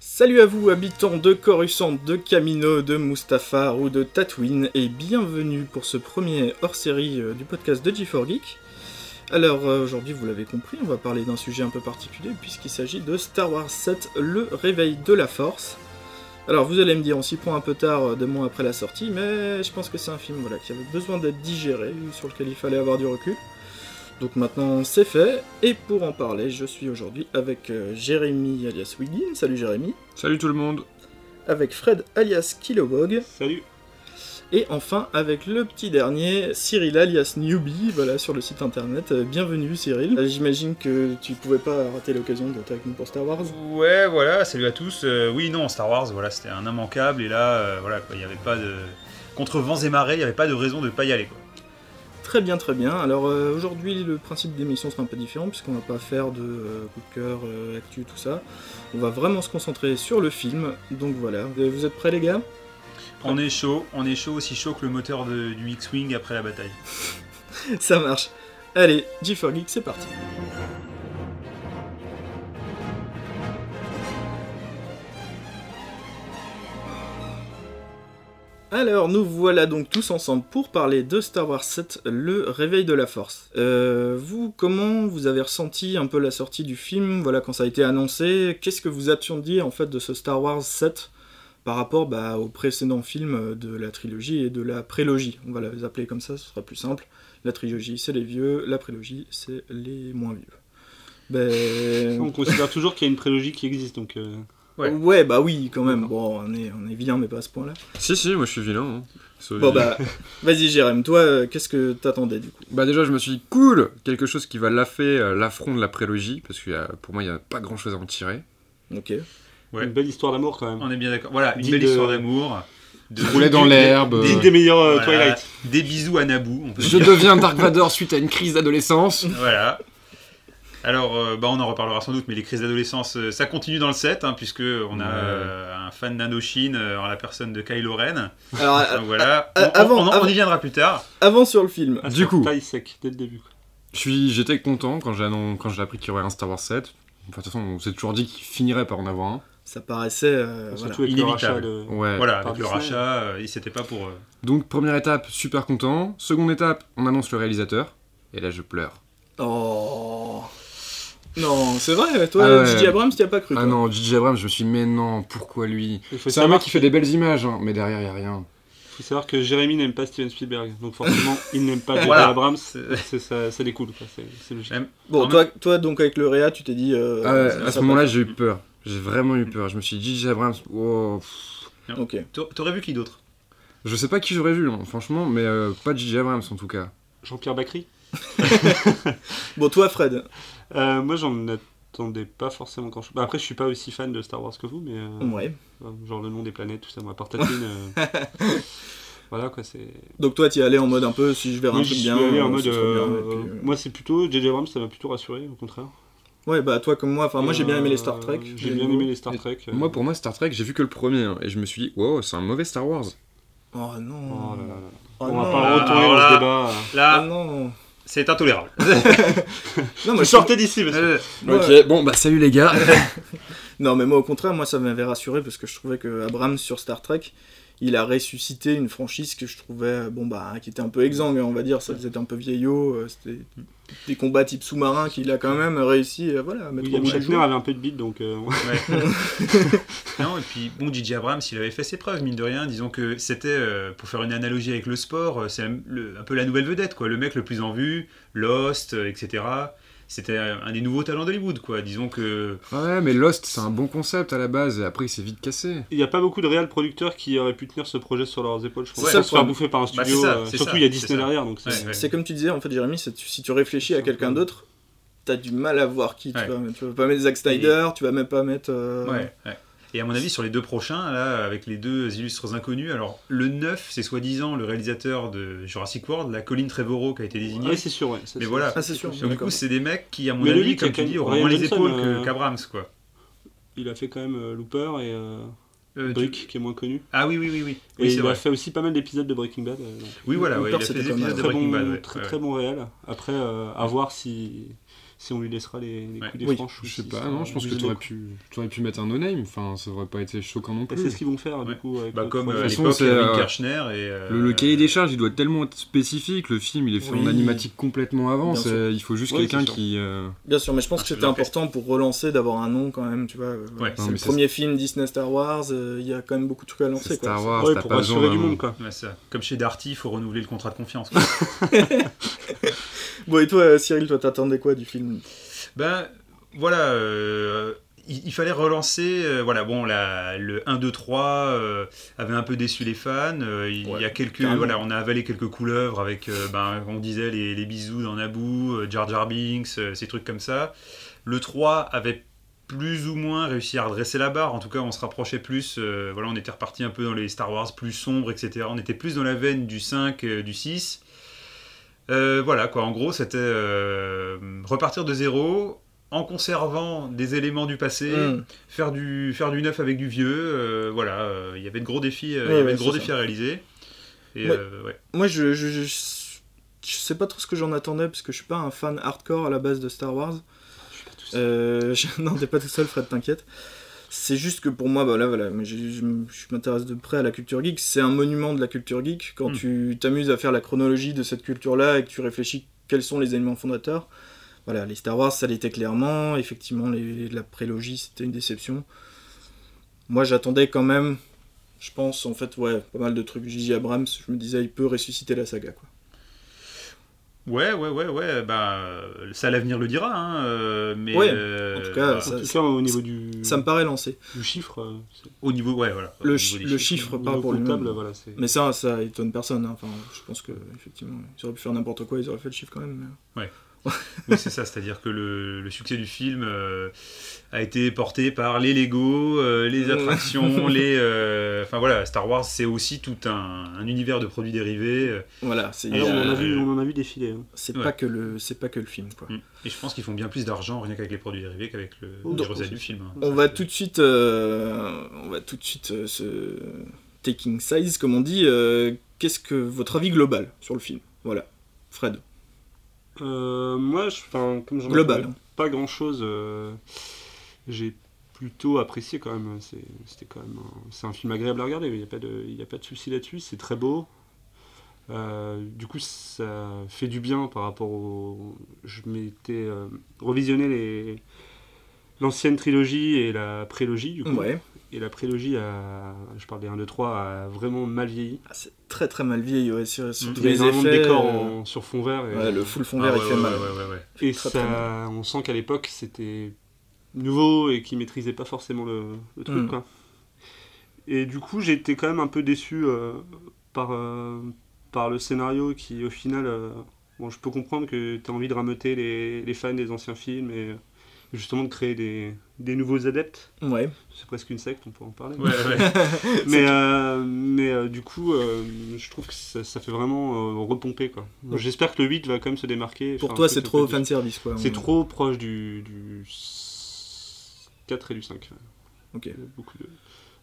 Salut à vous, habitants de Coruscant, de Camino, de Mustafar ou de Tatooine, et bienvenue pour ce premier hors-série euh, du podcast de G4 Geek. Alors euh, aujourd'hui, vous l'avez compris, on va parler d'un sujet un peu particulier puisqu'il s'agit de Star Wars 7, le réveil de la Force. Alors vous allez me dire, on s'y prend un peu tard, euh, deux mois après la sortie, mais je pense que c'est un film voilà, qui avait besoin d'être digéré, sur lequel il fallait avoir du recul. Donc maintenant c'est fait, et pour en parler, je suis aujourd'hui avec euh, Jérémy alias Wiggin. Salut Jérémy. Salut tout le monde. avec Fred alias Kilowog, Salut. et enfin avec le petit dernier, Cyril alias Newbie, voilà, sur le site internet. Euh, bienvenue Cyril. Euh, J'imagine que tu pouvais pas rater l'occasion d'être avec nous pour Star Wars. Ouais, voilà, salut à tous. Euh, oui, non, Star Wars, voilà, c'était un immanquable et là, euh, voilà, quoi, il n'y avait pas de. Contre vents et marées, il n'y avait pas de raison de pas y aller, quoi. Très bien, très bien. Alors euh, aujourd'hui, le principe d'émission sera un peu différent, puisqu'on va pas faire de euh, coup de cœur, euh, actu, tout ça. On va vraiment se concentrer sur le film, donc voilà. Euh, Vous êtes prêts les gars On est chaud, on est chaud, aussi chaud que le moteur de- du X-Wing après la bataille. Ça marche. Allez, g Geek, c'est parti. Alors, nous voilà donc tous ensemble pour parler de Star Wars 7, le réveil de la force. Euh, vous, comment vous avez ressenti un peu la sortie du film, voilà, quand ça a été annoncé Qu'est-ce que vous attendiez en fait de ce Star Wars 7 par rapport bah, aux précédents films de la trilogie et de la prélogie On va les appeler comme ça, ce sera plus simple. La trilogie, c'est les vieux, la prélogie, c'est les moins vieux. Ben... On considère toujours qu'il y a une prélogie qui existe, donc. euh, Ouais. Ouais, bah oui, quand même. Bon, on est, on est vilain, mais pas à ce point-là. Si, si, moi je suis vilain. hein. C'est- Bon, bah, vas-y, Jérém, toi, euh, qu'est-ce que t'attendais du coup Bah, déjà, je me suis dit, cool Quelque chose qui va laffer euh, l'affront de la prélogie, parce que euh, pour moi, il n'y a pas grand chose à en tirer. Ok. Ouais. Une belle histoire d'amour quand même. On est bien d'accord. Voilà, une Dit belle de- histoire d'amour. De... Rouler dans des- l'herbe. Une Euh, des meilleures euh, voilà, Twilight. Des bisous à Naboo. On peut Je dire. deviens Dark Vador suite à une crise d'adolescence. Voilà. Alors, euh, bah, on en reparlera sans doute, mais les crises d'adolescence, euh, ça continue dans le set, hein, puisque on a Ouais. euh, un fan d'Indochine euh, en la personne de Kylo Ren. Alors, Donc, voilà. ah, On- on- avant- on en- avant- on y viendra plus tard. avant sur le film. Ah, Du ça coup. taille sec dès le début. quoi. Je suis- J'étais content quand j'ai annon- quand j'ai appris qu'il y aurait un Star Wars 7. Enfin, de toute façon, on s'est toujours dit qu'il finirait par en avoir un. Ça paraissait. euh, voilà. Surtout avec le Inévitable. rachat de. Ouais. Voilà, par avec le Disney. rachat, euh, il s'était pas pour. euh, Donc, première étape, super content. Seconde étape, on annonce le réalisateur. Et là, je pleure. Oh. Non, c'est vrai, toi, Ah ouais. J.J. Abrams, t'y as pas cru. Ah toi. non, DJ Abrams, je me suis dit, mais non, pourquoi lui Il faut C'est un mec savoir, qui fait des belles images, hein, mais derrière, il n'y a rien. faut savoir que Jérémy n'aime pas Steven Spielberg, donc forcément il n'aime pas J.J. Voilà. Abrams. C'est ça, ça découle, quoi. C'est c'est logique. Bon, Ah, toi, toi, donc, avec le Réa, tu t'es dit. euh, Ah ouais, ça- à ça ce va moment-là, j'ai eu peur. J'ai vraiment eu peur. Je me suis dit, J.J. Abrams, wow. pas- Ok. T'a- T'aurais vu qui d'autre Je sais pas qui j'aurais vu, hein, franchement, mais euh, pas J.J. Abrams en tout cas. Jean-Pierre Bacry. Bon, toi, Fred. Euh, moi j'en attendais pas forcément quand je. Bah, après, je suis pas aussi fan de Star Wars que vous, mais. euh, Ouais. Genre le nom des planètes, tout ça, moi, par Tatooine. euh, Voilà quoi, c'est. Donc, toi, t'y allais en mode un peu si je verrai Moi, un j'y truc suis bien. allé en euh, mode, c'est trop bien, euh, et puis, euh, Moi, c'est plutôt. J.J. Abrams, ça m'a plutôt rassuré, au contraire. Ouais, bah, toi, comme moi, enfin, moi, j'ai bien aimé les Star Trek. Euh, J'ai bien aimé les Star Trek. euh. Moi, pour moi, Star Trek, j'ai vu que le premier, hein, et je me suis dit, wow, c'est un mauvais Star Wars. Oh Oh non. là là là. Oh, On non. va pas retourner Alors dans là- ce débat. Ah Là, non. c'est intolérable. Non, mais Vous je- sortez d'ici, monsieur. Euh, Ouais. Ok, bon, bah salut les gars. Non, mais moi, au contraire, moi, ça m'avait rassuré parce que je trouvais que Abrams sur Star Trek, il a ressuscité une franchise que je trouvais, euh, bon, bah, qui était un peu exsangue, on va dire. Ça faisait un peu vieillot. euh, C'était des combats type sous-marin qu'il a quand même réussi, euh, voilà, à mettre au William bout du Shatner jour. avait un peu de bite, donc. euh, non, et puis, bon, DJ Abrams, il avait fait ses preuves, mine de rien. Disons que c'était, euh, pour faire une analogie avec le sport, euh, c'est un, le- un peu la nouvelle vedette, quoi. Le mec le plus en vue, Lost, euh, etc. C'était euh, un des nouveaux talents d'Hollywood, quoi. Disons que. ouais, mais Lost, c'est un bon concept à la base, et après, il s'est vite cassé. Il n'y a pas beaucoup de réels producteurs qui auraient pu tenir ce projet sur leurs épaules, je pense. Ouais, Bah, Sans c'est se ça. faire bouffer par un c'est studio. ça, euh, c'est surtout, ça, il y a c'est Disney ça. derrière, donc c'est. Ouais, ouais. C'est comme tu disais, en fait, Jérémy, c'est- si tu réfléchis à quelqu'un d'autre, t'as du mal à voir qui. Ouais. Tu, vas, tu vas pas mettre Zack Snyder, tu vas même pas mettre. euh, Ouais, ouais. Et à mon avis, sur les deux prochains, là, avec les deux illustres inconnus, alors le 9, c'est soi-disant le réalisateur de Jurassic World, la Colin Trevorrow qui a été désigné. Ouais, c'est sûr, ouais. c'est Mais sûr. voilà. Ah, c'est sûr. Donc, du d'accord. coup, c'est des mecs qui, à mon Mais lui, avis, qui comme a tu quand dis, même- auront Ryan moins les Johnson, épaules euh, que qu'Abrams, quoi. Il a fait quand même euh, Looper et euh, Euh, Brick, tu- qui est moins connu. Ah oui, oui, oui, oui. et Oui, c'est il a vrai. fait aussi pas mal d'épisodes de Breaking Bad. euh, donc. Oui, voilà, ouais, Looper, il a fait c'était des pas mal. épisodes de très Breaking bon, Bad. ouais, très, ouais, très bon réel. Après, euh, à voir si si on lui laissera les, les Ouais. coups des Oui. franches. ou Je sais si pas, ça- non, je pense que les t'aurais coups. pu, t'aurais pu mettre un no-name, enfin, ça aurait pas été choquant non Et c'est ce plus. qu'ils vont faire, Ouais. du coup. avec Bah, le comme euh, troisième. à De toute façon, l'époque, c'est, Irving euh, Kirchner et. euh, Le, le cahier des charges, il doit être tellement être spécifique, le film, il est fait en Oui. animatique complètement avant, Bien c'est- il faut juste Oui, quelqu'un c'est sûr. qui... euh, Bien sûr, mais je pense Ah, que c'est c'était bien important pour relancer d'avoir un nom quand même, tu vois. euh, Ouais. c'est Non, le mais c'est- premier film Disney Star Wars, euh, il y a quand même beaucoup de trucs à lancer. Ah, c'est Star quoi. Wars, Ouais, t'as pour pas besoin hein. rassurer du d'un- monde, quoi. ouais, ça. Comme chez Darty, il faut renouveler le contrat de confiance. quoi. Bon, et toi, euh, Cyril, toi, t'attendais quoi du film ben voilà, euh, il, il fallait relancer. euh, voilà, bon, la, le 1, 2, 3 euh, avait un peu déçu les fans. euh, il Ouais, y a quelques, carrément. voilà, on a avalé quelques couleuvres avec, euh, ben, on disait les, les bisous dans Naboo, euh, Jar Jar Binks, euh, ces trucs comme ça. Le 3 avait plus ou moins réussi à redresser la barre. En tout cas, on se rapprochait plus. euh, voilà, on était reparti un peu dans les Star Wars plus sombres, etc. On était plus dans la veine du 5, euh, du 6. Euh, voilà, quoi. En gros, c'était euh, repartir de zéro en conservant des éléments du passé, Hmm. faire, du, faire du neuf avec du vieux. euh, voilà, euh, il y avait de gros défis, euh, il Ouais, y avait ouais, de gros c'est défis à réaliser. Et Ouais. euh, ouais. Moi, je, je, je, je sais pas trop ce que j'en attendais, parce que je suis pas un fan hardcore à la base de Star Wars. Je suis pas tout seul. Euh, je- Non, t'es pas tout seul, Fred, t'inquiète. C'est juste que pour moi, bah là, voilà, mais je, je- je m'intéresse de près à la culture geek. C'est un monument de la culture geek. Quand Hmm. tu t'amuses à faire la chronologie de cette culture-là et que tu réfléchis quels sont les éléments fondateurs, voilà, les Star Wars, ça l'était clairement. Effectivement, les- la prélogie, c'était une déception. Moi, j'attendais quand même, je pense, en fait, ouais, pas mal de trucs. J.J. Abrams, je me disais, il peut ressusciter la saga, quoi. Ouais, ouais, ouais, ouais, bah, euh, ça l'avenir le dira, hein, euh, mais Ouais, euh, en tout cas, bah, ça- En tout cas, au niveau du, Ça me paraît lancé. du chiffre, euh, c'est- au niveau, ouais, voilà, Le au chi- niveau des le chiffres. chiffre au parle niveau pour comptable, lui-même. voilà, c'est. Mais ça, ça étonne personne. hein. Enfin, je pense que effectivement, ils auraient pu faire n'importe quoi, ils auraient fait le chiffre quand même. mais- Oui, c'est ça, c'est-à-dire que le, le succès du film euh, a été porté par les Lego, euh, les attractions, les. euh, Enfin voilà, Star Wars, c'est aussi tout un, un univers de produits dérivés. euh, Voilà, c'est Alors, Ah, on, en a euh, vu, on en a vu défiler. hein. c'est ouais. Mm. pas que le c'est pas que le film quoi. Et je pense qu'ils font bien plus d'argent rien qu'avec les produits dérivés qu'avec le, Oh, le donc, résultat on- du film. hein. On va tout de suite euh, on va tout de suite euh, se taking size comme on dit euh, qu'est-ce que votre avis global sur le film Voilà. Fred, Euh, moi, je, 'fin, comme j'en global. attendais hein. pas grand chose, j'ai plutôt apprécié quand même. C'est- C'était quand même, un- c'est un film agréable à regarder. Il n'y a pas de, il y a pas de souci là-dessus. C'est très beau. Euh, du coup, ça fait du bien par rapport au. Je m'étais euh, revisionné les l'ancienne trilogie et la prélogie du coup. Ouais, Et la prélogie a, je parle des 1, 2, 3, a vraiment mal vieilli. Ah, c'est très très mal vieilli ouais, sur, sur Mm. tous Il y a les énormément effets. de décors euh, en- sur fond vert. Et, ouais, le full fond Ah, vert ouais, il fait ouais, mal. ouais, ouais, ouais. et très, ça, très mal. on sent qu'à l'époque c'était nouveau et qu'ils maîtrisaient pas forcément le, le truc. Mm. quoi. Et du coup, j'étais quand même un peu déçu euh, par, euh, par le scénario qui, au final, euh, bon, je peux comprendre que tu as envie de rameuter les, les fans des anciens films et euh, justement de créer des, des nouveaux adeptes. Ouais. C'est presque une secte, on peut en parler. Ouais, ouais. Mais, euh, mais euh, du coup, euh, je trouve que ça, ça fait vraiment euh, repomper. quoi. Donc- J'espère que le 8 va quand même se démarquer. et Pour faire un toi, truc c'est un peu trop différent. fan service quoi. C'est on- trop proche du, du 4 et du 5. Ok. Il y a beaucoup de...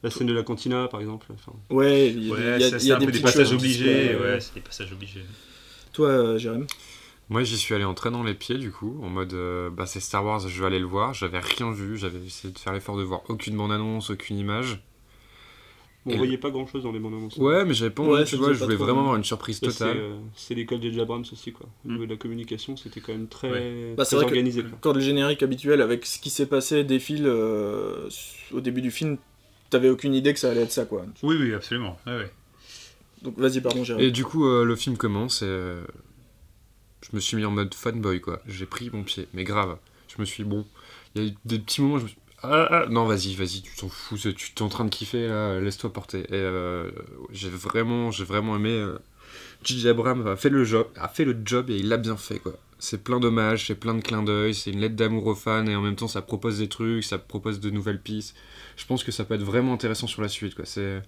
La scène de la cantina, par exemple. enfin. Ouais, il y a, Ouais, il y a- ça, il c'est y a un peu des petites passages choses qui se- obligés. ouais. Ouais, c'est des passages obligés. Toi, euh, Jérém Moi, j'y suis allé en traînant les pieds, du coup, en mode euh, bah, c'est Star Wars, je vais aller le voir. J'avais rien vu, j'avais essayé de faire l'effort de voir aucune bande-annonce, aucune image. Bon, Et on voyait pas grand chose dans les bandes annonces. Ouais, mais j'avais pas Ouais, envie, ça tu te vois, faisait je pas voulais trop vraiment envie. avoir une surprise Ça, c'est, totale. euh, c'est l'école des Abrams aussi, quoi. Au niveau de la communication, c'était quand même très, Bah, c'est très vrai que- organisé. quoi. Quand le générique habituel avec ce qui s'est passé défile euh, au début du film, t'avais aucune idée que ça allait être ça quoi. Oui, oui, absolument. Ouais, ouais. Donc vas-y, pardon, Jérém. Et du coup, euh, le film commence et euh, je me suis mis en mode fanboy, quoi. J'ai pris mon pied, mais grave. Je me suis bon. Il y a eu des petits moments, je me suis ah, ah, non, vas-y, vas-y, tu t'en fous, c'est- tu t'es en train de kiffer là, laisse-toi porter. Et euh, j'ai vraiment, j'ai vraiment aimé. euh, J.J. Abrams a fait le job, a fait le job et il l'a bien fait, quoi. C'est plein d'hommages, c'est plein de clins d'œil, c'est une lettre d'amour aux fans et en même temps ça propose des trucs, ça propose de nouvelles pistes. Je pense que ça peut être vraiment intéressant sur la suite, quoi. C'est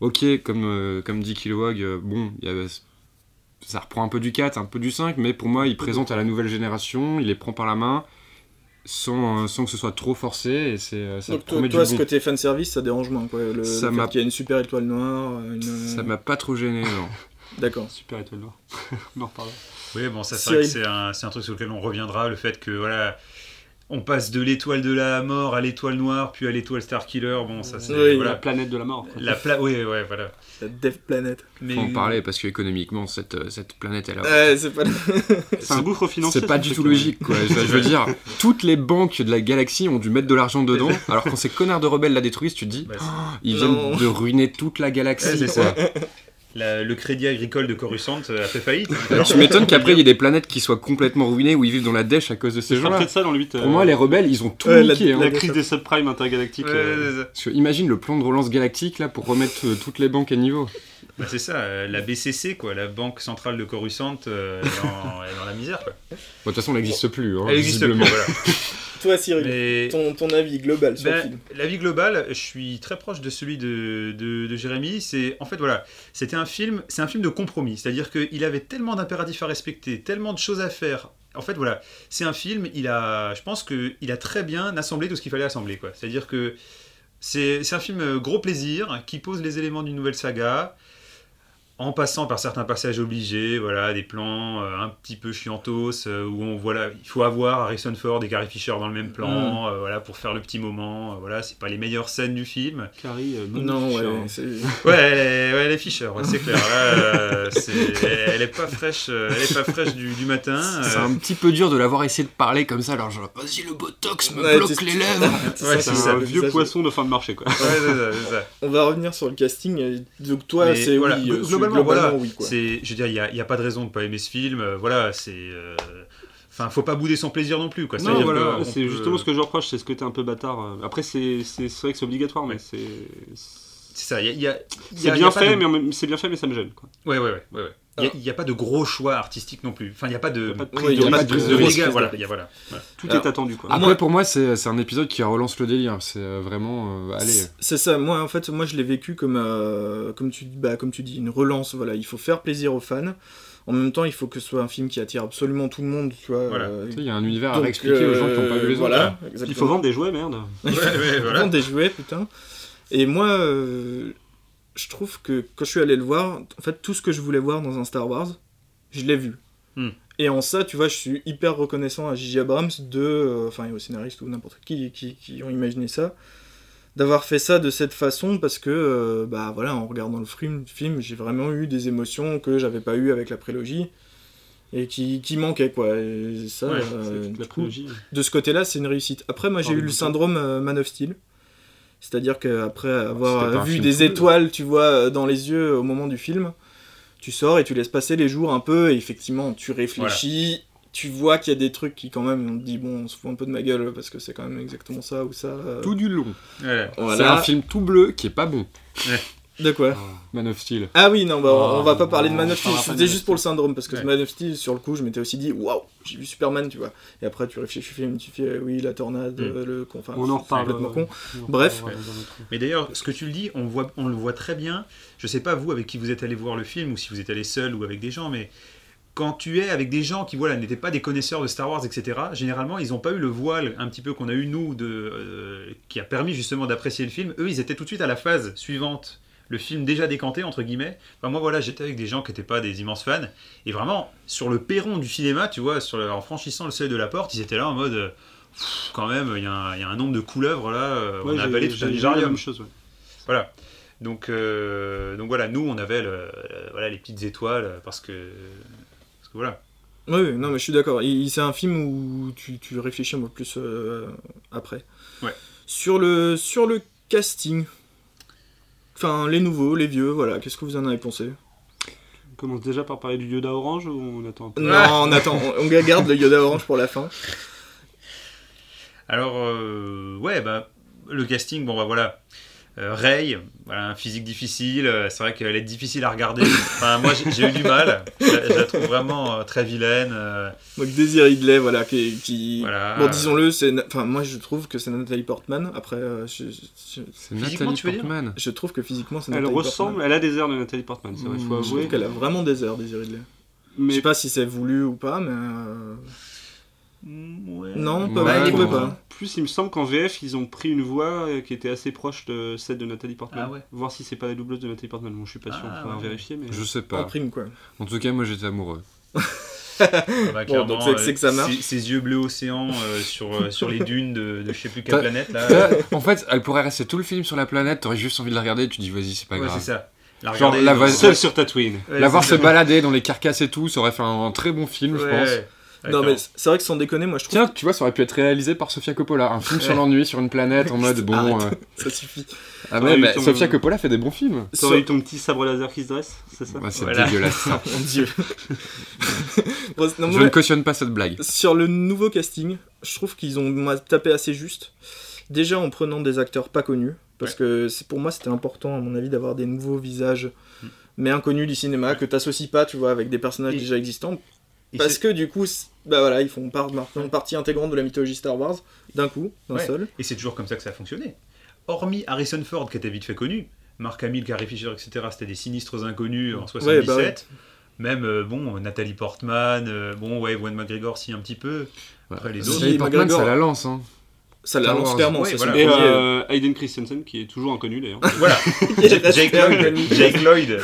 Ok, comme, euh, comme dit Kilowog, euh, bon, il y a- ça reprend un peu du 4, un peu du 5, mais pour moi, il présente à la nouvelle génération, il les prend par la main, sans, euh, sans que ce soit trop forcé, et c'est, euh, ça Donc toi, promet toi, du ce bon. côté fan service, ça dérange moins quoi. Le, Ça le fait m'a- qu'il y a une super étoile noire, une... Ça m'a pas trop gêné, non. D'accord. Super étoile noire. on en reparlera. Oui, bon, ça c'est Cyril. vrai que c'est un, c'est un truc sur lequel on reviendra, le fait que voilà, on passe de l'étoile de la mort à l'étoile noire, puis à l'étoile Star Killer. Bon, ça c'est Oui. La voilà, planète de la mort. quoi. la pla... Oui, ouais, voilà. La Dev Planet. Mais Faut en parler parce que économiquement, cette, euh, cette planète, elle a- Ouais, c'est pas. C'est un gouffre financier. C'est pas du ce truc, tout quand logique, quoi. Je, je veux dire, toutes les banques de la galaxie ont dû mettre de l'argent dedans, alors quand ces connards de rebelles la détruisent, tu te dis, bah, c'est- ils Non. viennent de ruiner toute la Ouais, galaxie. c'est ça. quoi. la- le crédit agricole de Coruscant euh, a fait faillite. Tu m'étonnes qu'après, il y ait des planètes qui soient complètement ruinées ou ils vivent dans la dèche à cause de ces Ce sera gens-là. peut-être ça dans le euh, 8. Pour euh, moi, les rebelles, ils ont tout Ouais, la- niqué. hein. La crise des subprimes intergalactiques. Ouais, euh, ouais, ouais, ouais. Parce que imagine le plan de relance galactique là pour remettre euh, toutes les banques à niveau. Bah, c'est ça, euh, la BCC, quoi, la Banque Centrale de Coruscant, euh, elle est en- elle est dans la misère. Quoi. Bon, de toute façon, elle n'existe plus. hein, Elle existe plus, visiblement. voilà. Toi, Cyril, Mais... ton, ton avis global sur le Ben, film. la vie globale, je suis très proche de celui de, de, de Jérémy. C'est en fait voilà, c'était un film, c'est un film de compromis. C'est-à-dire qu'il avait tellement d'impératifs à respecter, tellement de choses à faire. En fait voilà, c'est un film. Il a, je pense que il a très bien assemblé tout ce qu'il fallait assembler quoi. C'est-à-dire que c'est c'est un film euh, gros plaisir qui pose les éléments d'une nouvelle saga. En passant par certains passages obligés, voilà, des plans euh, un petit peu chiantos euh, où on voilà, il faut avoir Harrison Ford et Carrie Fisher dans le même Mm. plan, euh, voilà, pour faire le petit moment. euh, voilà, c'est pas les meilleures scènes du film. Carrie, euh, Non, magnifique, ouais, hein. c'est. Ouais, elle est, ouais, elle est Fisher, ouais, c'est clair. Là, euh, c'est- elle est pas fraîche, euh, elle est pas fraîche du, du matin. C'est euh, un petit peu dur de l'avoir essayé de parler comme ça. Alors, genre, vas-y, le botox me Ouais, bloque c'est- les lèvres. Ouais, C'est c'est ça, un le vieux visage. poisson de fin de marché, quoi. ouais, c'est ça, c'est ça. On va revenir sur le casting. et Donc toi, Mais c'est voilà, oui, glo- euh, c'est globalement, voilà, oui quoi. C'est, je veux dire, il y a, il y a pas de raison de pas aimer ce film. euh, voilà, c'est. euh, Enfin, faut pas bouder son plaisir non plus, quoi. Non, C'est-à-dire voilà, que on c'est peut- justement euh, ce que je reproche, c'est ce côté un peu bâtard. euh. Après, c'est c'est- c'est vrai que c'est obligatoire, mais c'est. C'est ça. Il y a, il y a- il y C'est a- il y bien a pas fait, de- mais en même- c'est bien fait, mais ça me gêne. quoi. Ouais, ouais, ouais, ouais, ouais. Il y a- Il n'y a, pas de gros choix artistique non plus. Enfin, il n'y a pas de. Il y a pas de Oui, prise il y de a risque, pas de de prise de risque. risque. dégâts, voilà. il y a- voilà. Tout Alors, est attendu, quoi. Après, pour moi, c'est c'est un épisode qui relance le délire. C'est euh, vraiment. euh, allez. C'est- C'est ça. Moi, en fait, moi, je l'ai vécu comme, euh, comme tu, bah, comme tu dis, une relance. Voilà, il faut faire plaisir aux fans. En même temps, il faut que ce soit un film qui attire absolument tout le monde, tu vois. Voilà. euh, Tu sais, Il y a un univers donc, à expliquer aux gens qui n'ont pas vu les euh, voilà, autres. Il faut vendre des jouets, merde. Ouais, ouais, voilà. Vendre des jouets, putain. Et moi, euh, je trouve que quand je suis allé le voir, en fait, tout ce que je voulais voir dans un Star Wars, je l'ai vu. Hmm. Et en ça, tu vois, je suis hyper reconnaissant à J.J. Abrams, de, euh, enfin, et aux scénaristes ou n'importe qui, qui qui ont imaginé ça, d'avoir fait ça de cette façon, parce que, euh, bah voilà, en regardant le film, film j'ai vraiment eu des émotions que j'avais pas eues avec la prélogie, et qui, qui manquaient, quoi. Et ça, Ouais, euh, C'est toute du la coup, trilogie. de ce côté-là, c'est une réussite. Après, moi, j'ai Par eu le le bouton. syndrome euh, Man of Steel. C'est-à-dire qu'après C'était pas avoir un vu film des cool. étoiles, tu vois, euh, dans les yeux au moment du film, tu sors et tu laisses passer les jours un peu, et effectivement, tu réfléchis, tu vois qu'il y a des trucs qui, quand même, on te dit, bon, on se fout un peu de ma gueule, parce que c'est quand même exactement ça ou ça. euh, Tout du long. Voilà. C'est voilà. un film tout bleu qui est pas bon. De quoi Man of Steel. Ah oui, non, bah, on- on va pas Oh, parler de Man on of Steel, parlera pas de c'était Man of juste pour le syndrome, parce que Ouais. Man of Steel, sur le coup, je m'étais aussi dit, waouh, j'ai vu Superman, tu vois. Et après, tu réfléchis, tu fais, tu fais, oui, la tornade, Mm. euh, le. con- Enfin, On en c'est reparle. complètement euh, con. on en Bref. reparlera dans notre- Mais d'ailleurs, ce que tu le dis, on, voit, on le voit très bien. Je sais pas vous avec qui vous êtes allé voir le film ou si vous êtes allé seul ou avec des gens, mais quand tu es avec des gens qui voilà n'étaient pas des connaisseurs de Star Wars, etc. Généralement, ils n'ont pas eu le voile un petit peu qu'on a eu nous de euh, qui a permis justement d'apprécier le film. Eux, ils étaient tout de suite à la phase suivante. Le film déjà décanté entre guillemets. Enfin, moi voilà, j'étais avec des gens qui n'étaient pas des immenses fans et vraiment sur le perron du cinéma, tu vois, sur le- en franchissant le seuil de la porte, ils étaient là en mode euh, Pff, quand même, il y, a un- il y a un nombre de couleuvres là, euh, Ouais, on a j'ai- avalé j'ai tout un eu la vivarium. même chose. ouais. Voilà. Donc, euh, donc voilà, nous on avait le- euh, voilà, les petites étoiles euh, parce que, parce que voilà. Oui, oui, non, mais je suis d'accord. Il- il- C'est un film où tu, tu réfléchis un peu plus euh, après. Ouais. Sur le, sur le casting, enfin, les nouveaux, les vieux, voilà, qu'est-ce que vous en avez pensé On commence déjà par parler du Yoda orange ou on attend un peu Non, on attend, on, on garde le Yoda orange pour la fin. Alors euh, ouais, bah, le casting, bon bah voilà. Euh, Ray, voilà, un physique difficile, euh, c'est vrai qu'elle est difficile à regarder. Enfin, moi j'ai j'ai eu du mal, je, la- je la trouve vraiment euh, très vilaine. euh, Donc, Désir Ridley, voilà, qui. qui- voilà. Bon, disons-le, c'est. na- Enfin, moi, je trouve que c'est Nathalie Portman. Après, euh, je, je- C'est Physiquement, Nathalie tu veux dire Portman. je trouve que physiquement, c'est Elle Nathalie ressemble, Portman. Mm. elle a des airs de Nathalie Portman, c'est vrai, faut Mmh. Je trouve avouer. qu'elle a vraiment des airs, Désir Ridley. Je Mais sais pas si c'est voulu ou pas, mais. euh, Ouais. Non, pas Ouais, vous non. trouvez pas. Plus, il me semble qu'en VF, ils ont pris une voix euh, qui était assez proche de celle de Nathalie Portman. Ah ouais. Voir si c'est pas la doubleuse de Nathalie Portman. Bon, je suis pas sûr, Ah on va ouais. vérifier. Mais... Je sais En pas. prime, quoi. En tout cas, moi j'étais amoureux. Ah bah, Bon, donc clairement, c'est- c'est que ça euh, marche. Ses, ses yeux bleu océan euh, sur, euh, sur les dunes de, de je sais plus quelle T'as- planète là. Là, en fait, elle pourrait rester tout le film sur la planète, t'aurais juste envie de la regarder, tu dis vas-y, c'est pas Ouais, grave. c'est ça. La Genre, regarder euh, la dans- vas- Seul sur Tatooine. Ouais, La voir c'est se ça. balader dans les carcasses et tout, ça aurait fait un, un très bon film, je Ouais. pense. Ouais, non, mais clairement. c'est vrai que sans déconner, moi je trouve Tiens, tu vois, ça aurait pu être réalisé par Sofia Coppola, un film sur Ouais. l'ennui, sur une planète, en mode bon. euh, que ça suffit. Ah T'aurais ouais, eu bah, ton- Sofia Coppola fait des bons films. T'aurais eu ton petit sabre laser qui se dresse, c'est ça Bah, c'est Voilà. dégueulasse. ça. Mon dieu. Bon, non, Je moi, ne cautionne pas cette blague. Sur le nouveau casting, je trouve qu'ils ont m'a tapé assez juste. Déjà en prenant des acteurs pas connus, parce que c'est pour moi c'était important à mon avis d'avoir des nouveaux visages, Mm. mais inconnus du cinéma que t'associes pas, tu vois, avec des personnages Et- déjà existants, Et parce c'est- que du coup, c'est- bah voilà, ils font part- maintenant partie intégrante de la mythologie Star Wars d'un coup, d'un Ouais. seul. Et c'est toujours comme ça que ça a fonctionné. Hormis Harrison Ford, qui était vite fait connu, Mark Hamill, Carrie Fisher, etc., c'était des sinistres inconnus en 77. bah ouais. Même, euh, bon, Nathalie Portman, euh, bon, ouais, Ewan McGregor, si, un petit peu. Après, les Si, autres. Natalie Portman, McGregor. ça la lance. Hein. Ça Star l'annonce Wars. clairement, Ouais, c'est voilà. son Et premier, euh, Hayden Christensen, qui est toujours inconnu d'ailleurs. Voilà, euh, qui reste Jake super Lloyd, connu. Jake Lloyd,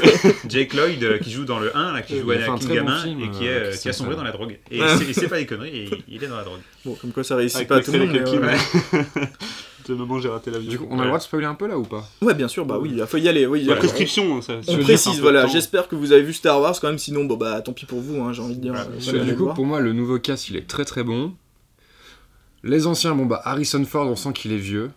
Jake Lloyd, euh, qui joue dans le 1, là, qui Il joue a fait un Anakin très bon Gamin, film, et qui, est, euh, euh, qui a Christensen. sombré dans la drogue. Et Ouais. c'est- et c'est pas des conneries, et il est dans la drogue. Bon, comme quoi ça réussit Avec pas à tout le Macaulay monde. mais, Culkin, euh, ouais. De moment, j'ai raté l'avion. Du coup, on a le droit de spoiler un peu là ou pas Ouais, bien sûr, bah oui, il faut y aller. Oui, il y a- La prescription, hein, ça. ça On veut dire un peu précise, de voilà. temps. J'espère que vous avez vu Star Wars quand même, sinon, bon, bah, tant pis pour vous, hein, j'ai envie de dire. Voilà. euh, Parce voilà, que allez du le coup, voir. pour moi, le nouveau cast, il est très très bon. Les anciens, bon bah Harrison Ford, on sent qu'il est vieux.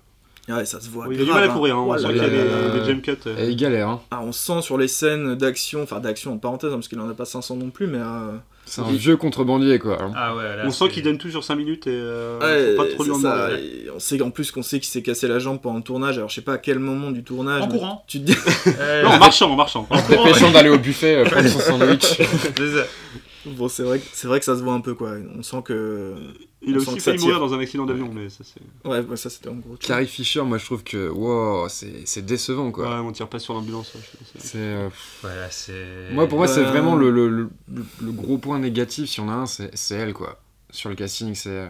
Ah Ouais, ça se voit. Oui, Il a du grave, mal à hein. courir, hein. Oh on là sent là qu'il y a là là des là. des jump cuts. euh. Et il galère, hein. Ah, on sent sur les scènes d'action, enfin d'action en parenthèse, hein, parce qu'il en a pas 500 non plus, mais. euh, C'est un vieux contrebandier quoi. hein. Ah ouais, là, On sent c'est- qu'il donne tout sur 5 minutes et euh, ouais, faut pas trop lui c'est en ça. demander. Et On sait en plus qu'on sait qu'il s'est cassé la jambe pendant le tournage, alors je sais pas à quel moment du tournage. En mais courant. Tu te dis. Euh, Non, en marchant, en marchant. en courant, Dépêchant d'aller au buffet euh, prendre son sandwich. c'est ça. bon, c'est vrai, que- c'est vrai que ça se voit un peu, quoi. On sent que. Il On a sent aussi que ça failli mourir tire. dans un accident d'avion, mais ça c'est. Ouais, bah, ça c'était en gros. Carrie Fisher, moi je trouve que wow, c'est c'est décevant Ouais, quoi. on tire pas sur l'ambulance. ouais, je sais pas, c'est- C'est, euh, Voilà, c'est... Moi pour moi, c'est Euh, vraiment le, le- le- le gros point négatif, si on a un, c'est c'est elle quoi. Sur le casting, c'est. euh,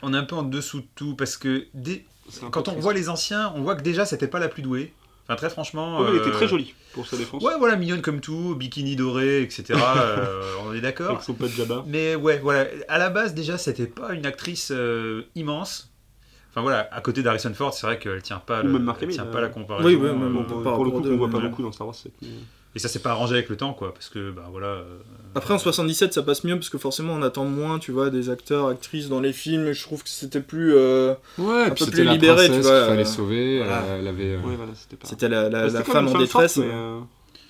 On est un peu en dessous de tout, parce que dès- c'est un peu quand on triste. voit les anciens, on voit que déjà, c'était pas la plus douée. Enfin, très franchement... Ouais, mais elle était euh, très jolie pour sa défense. Ouais, voilà, mignonne comme tout, bikini doré, etc. euh, on est d'accord. Avec son pote Jabba. Mais ouais, voilà. À la base, déjà, c'était pas une actrice euh, immense. Enfin voilà, à côté d'Harrison Ford, c'est vrai qu'elle tient pas, Ou le- même Mark elle tient Hamill, pas euh, la comparaison. oui, oui, même euh, Bon, par Bon, pour, rapport le aux coup, deux, on voit mais- pas beaucoup dans Star Wars. c'est- et ça s'est pas arrangé avec le temps, quoi, parce que bah voilà. euh, Après en 77 ça passe mieux parce que forcément on attend moins tu vois des acteurs actrices dans les films et je trouve que c'était plus euh, Ouais, peu puis Ah, c'était plus la libérée, tu princesse vois, qu'il fallait euh, sauver. voilà. euh, elle avait. euh, Ouais, voilà, c'était pas. c'était la, la- Bah, la c'était quand femme même en une détresse forte, mais, euh,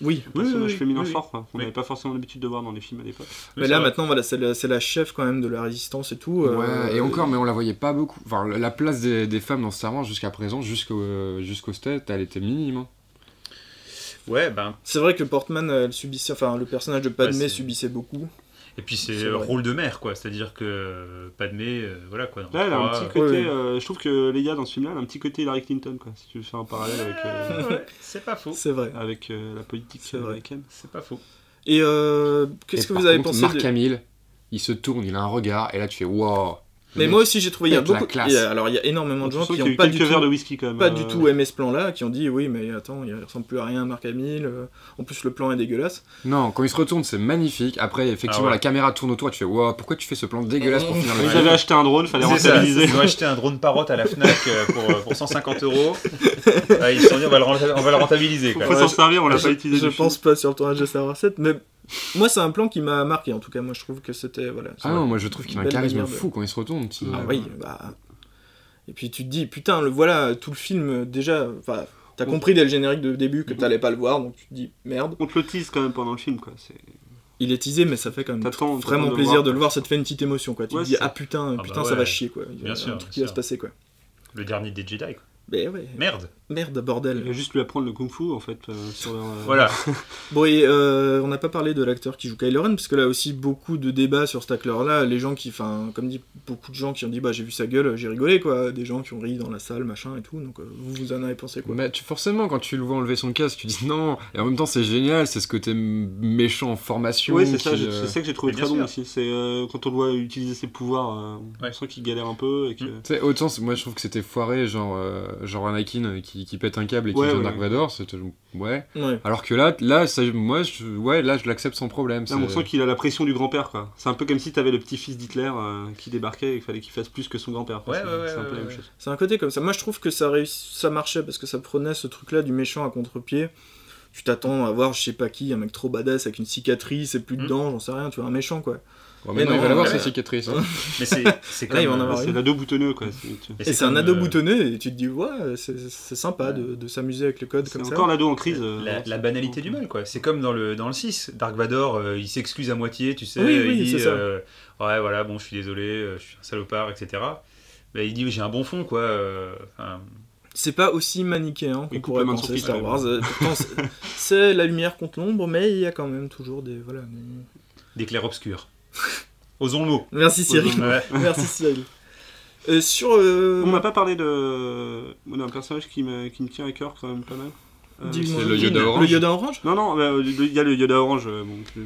oui un personnage oui, féminin oui, oui. fort, quoi. On Oui. n'avait pas forcément l'habitude de voir dans les films à l'époque. mais c'est là vrai. maintenant voilà c'est la, c'est la chef quand même de la résistance et tout euh, Ouais, et encore, mais on la voyait pas beaucoup. Enfin, le- la place des, des femmes dans Star Wars jusqu'à présent, jusqu'au euh, jusqu'au state, elle était minime. hein. Ouais, ben. c'est vrai que Portman elle subissait enfin le personnage de Padmé Ouais, c'est- subissait beaucoup Et puis c'est C'est le vrai. rôle de mère, quoi. C'est-à-dire que euh, Padmé, euh, voilà quoi. dans Là, elle a un trois, petit ouais, côté. ouais. euh, je trouve que les gars dans ce film-là, elle a un petit côté Hillary Clinton, quoi. Si tu veux faire un parallèle avec. euh, euh, ouais, c'est pas faux. c'est vrai Avec euh, la politique C'est vrai. américaine. C'est pas faux. et euh, qu'est-ce Et que par vous avez contre, pensé Marc de- Hamill, il se tourne, il a un regard, et là tu fais wow. Le mais mec, moi aussi j'ai trouvé il y a pète la beaucoup classe. il y a- alors il y a énormément de Tu gens sens qui qu'il y a n'ont eu pas du quelques verres de tout whisky quand même. pas euh, du tout aimé ce plan là qui ont dit oui mais attends il ressemble plus à rien Marc Hamill euh, en plus le plan est dégueulasse Non, quand il se retourne, c'est magnifique. Après, effectivement, Ah ouais. la caméra tourne autour, tu fais wow, pourquoi tu fais ce plan dégueulasse Oh. pour finir le Ils Ouais. avaient film acheté un drone, fallait C'est ça, rentabiliser. Ils ont acheté un drone parotte à la Fnac euh, pour, euh, pour 150 euros. Ouais, ils se sont dit on va le, renta- on va le rentabiliser. Faut quoi. pas Ouais, s'en je- servir, on l'a je, pas utilisé. je du pense pas sur le tournage de Star Wars 7, mais moi c'est un plan qui m'a marqué en tout cas. Moi je trouve que c'était voilà. Ah non, moi je trouve qu'il a un Belle charisme manière de- fou quand il se retourne. tu- Ah oui, bah. Et puis tu te dis putain le voilà tout le film euh, déjà. Enfin, t'as Oui. compris dès le générique de début que t'allais pas le voir, donc tu te dis merde. film. On te le tease quand même pendant le film, quoi. c'est- Il est teasé, mais ça fait quand même T'attends vraiment t'attends plaisir voir. de le voir. Ça te fait une petite émotion quoi. Tu Ouais, te dis c'est ah ça. putain bah putain ça va ouais. chier quoi. Il y a Bien un sûr, truc bien qui va sûr. se passer quoi. Le dernier des Jedi. Quoi. Mais ouais. Merde. Merde, bordel. Il va juste lui apprendre le kung fu en fait. euh, sur leur, euh, Voilà. Bon, et euh, on n'a pas parlé de l'acteur qui joue Kylo Ren, parce que là aussi, beaucoup de débats sur cet acteur-là. Les gens qui, enfin, comme dit, beaucoup de gens qui ont dit, bah j'ai vu sa gueule, j'ai rigolé, quoi. Des gens qui ont ri dans la salle, machin et tout. Donc, euh, vous, vous en avez pensé quoi Mais tu, forcément, quand tu le vois enlever son casque, tu dis non. Et en même temps, c'est génial, c'est ce côté m- méchant en formation. Ouais, c'est ça, qui, j'ai- euh, c'est ça que j'ai trouvé Mais très bien bon sûr. aussi. C'est euh, quand on doit utiliser ses pouvoirs, euh, Ouais. on sent qu'il galère un peu. Et que... tu sais, autant, c'est- moi je trouve que c'était foiré, genre, euh, genre Anakin euh, qui, qui pète un câble et qui Ouais, devient ouais, Dark ouais. Vador, c'était. Ouais. Ouais. Alors que là, là ça- moi, je, ouais, là, je l'accepte sans problème. Là, on c'est- sent qu'il a la pression du grand-père. quoi. C'est un peu comme si t'avais le petit-fils d'Hitler euh, qui débarquait et il fallait qu'il fasse plus que son grand-père. quoi. Ouais, c'est ouais, ouais, c'est un peu ouais, la même ouais. chose. C'est un côté comme ça. Moi, je trouve que ça, réuss- ça marchait, parce que ça prenait ce truc-là du méchant à contre-pied. Tu t'attends à voir, je sais pas qui, un mec trop badass avec une cicatrice et plus de Mm. dents, j'en sais rien, tu vois, un méchant, quoi. Bon, Mais non, maintenant, il va l'avoir ouais. euh, sa cicatrice. hein. Mais c'est c'est comme. Là, il va en euh, avoir C'est une. l'ado boutonneux. quoi. C'est tu- mais Et c'est un comme, ado euh, boutonneux, et tu te dis, ouais, c'est c'est sympa de, de s'amuser avec le code c'est comme ça. encore l'ado en crise. euh, La, la banalité du mal, quoi. C'est comme dans le, dans le 6. Dark Vador, euh, il s'excuse à moitié, tu sais. Oui, oui, il dit c'est ça. euh, Ouais, voilà, bon, je suis désolé, euh, je suis un salopard, etc. Mais il dit J'ai un bon fond, quoi. euh, enfin, c'est pas aussi manichéen qu'on Et pourrait complètement penser surpris, Star quand même. Wars. Euh, pourtant, c'est- c'est la lumière contre l'ombre, mais il y a quand même toujours des voilà. des- des clairs obscurs. Osons le mot. Merci Cyril. Ouais. Merci Cyril. Euh, sur euh, On n'a pas parlé de moi, d'un personnage qui me, qui me tient à cœur quand même pas mal. Euh, dis-moi- c'est le Yoda orange. Le Yoda orange. Non, non, bah, il y a le Yoda orange euh, bon, que-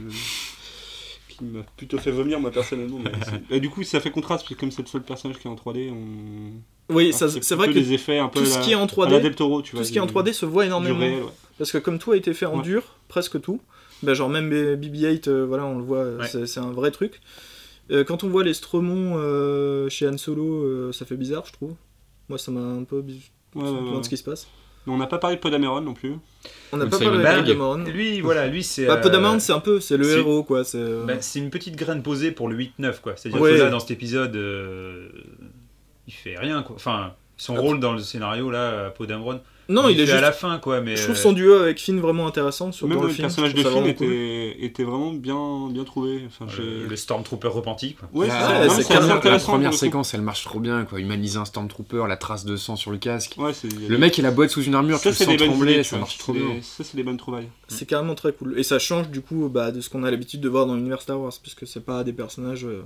qui m'a plutôt fait vomir, moi personnellement. mais c'est- Et du coup, ça fait contraste, parce que comme c'est le seul personnage qui est en 3D, on. Oui, ça- Alors, c'est vrai que Ah, plutôt des effets un peu tout ce à la- qui est en à la 3D, Del Toro, tu tout vois, ce qui est en du- 3D se voit du énormément. réel, ouais. Parce que comme tout a été fait en Ouais. dur, presque tout, bah genre même B- BB-8, euh, voilà, on le voit, euh, Ouais. c'est- c'est un vrai truc. Euh, quand on voit les stromons euh, chez Han Solo, euh, ça fait bizarre, je trouve. Moi, ça m'a un peu. bis- je Ouais, me ouais, demande ouais. ce qui se passe. Mais On n'a pas parlé de Podameron non plus. On n'a Ou pas Simon parlé de Bagg. Dameron. Lui, voilà, lui, c'est. Bah, euh, Podameron, c'est un peu, c'est le c'est- héros, quoi. C'est euh, bah, c'est une petite graine posée pour le 8-9, quoi. C'est-à-dire Ouais. que là, dans cet épisode, euh, il fait rien, quoi. Enfin, son Après- rôle dans le scénario, là, à Poe Dameron, Ah. Non, il le est fait à juste. la fin, quoi. Mais Je trouve euh, son duo avec Finn vraiment intéressant sur Même dans le, le, film, personnage je de trouve ça Finn vraiment cool. était, était vraiment bien, bien trouvé. Enfin, j'ai- le, le Stormtrooper repenti, quoi. Ouais, c'est Ah, ça. ouais, c'est Non, mais carrément assez la intéressant, première pour le coup. séquence, elle marche trop bien, quoi. Humaniser un Stormtrooper, la trace de sang sur le casque. Ouais, c'est. Le mec, il a boîte sous une armure, ça, tu c'est le des sens bonnes trembler, idées, tu ça vois. marche trop C'est des- bien. Ça, c'est des bonnes trouvailles. C'est carrément très cool. Et ça change du coup bah, de ce qu'on a l'habitude de voir dans l'univers Star Wars, puisque c'est pas des personnages. euh,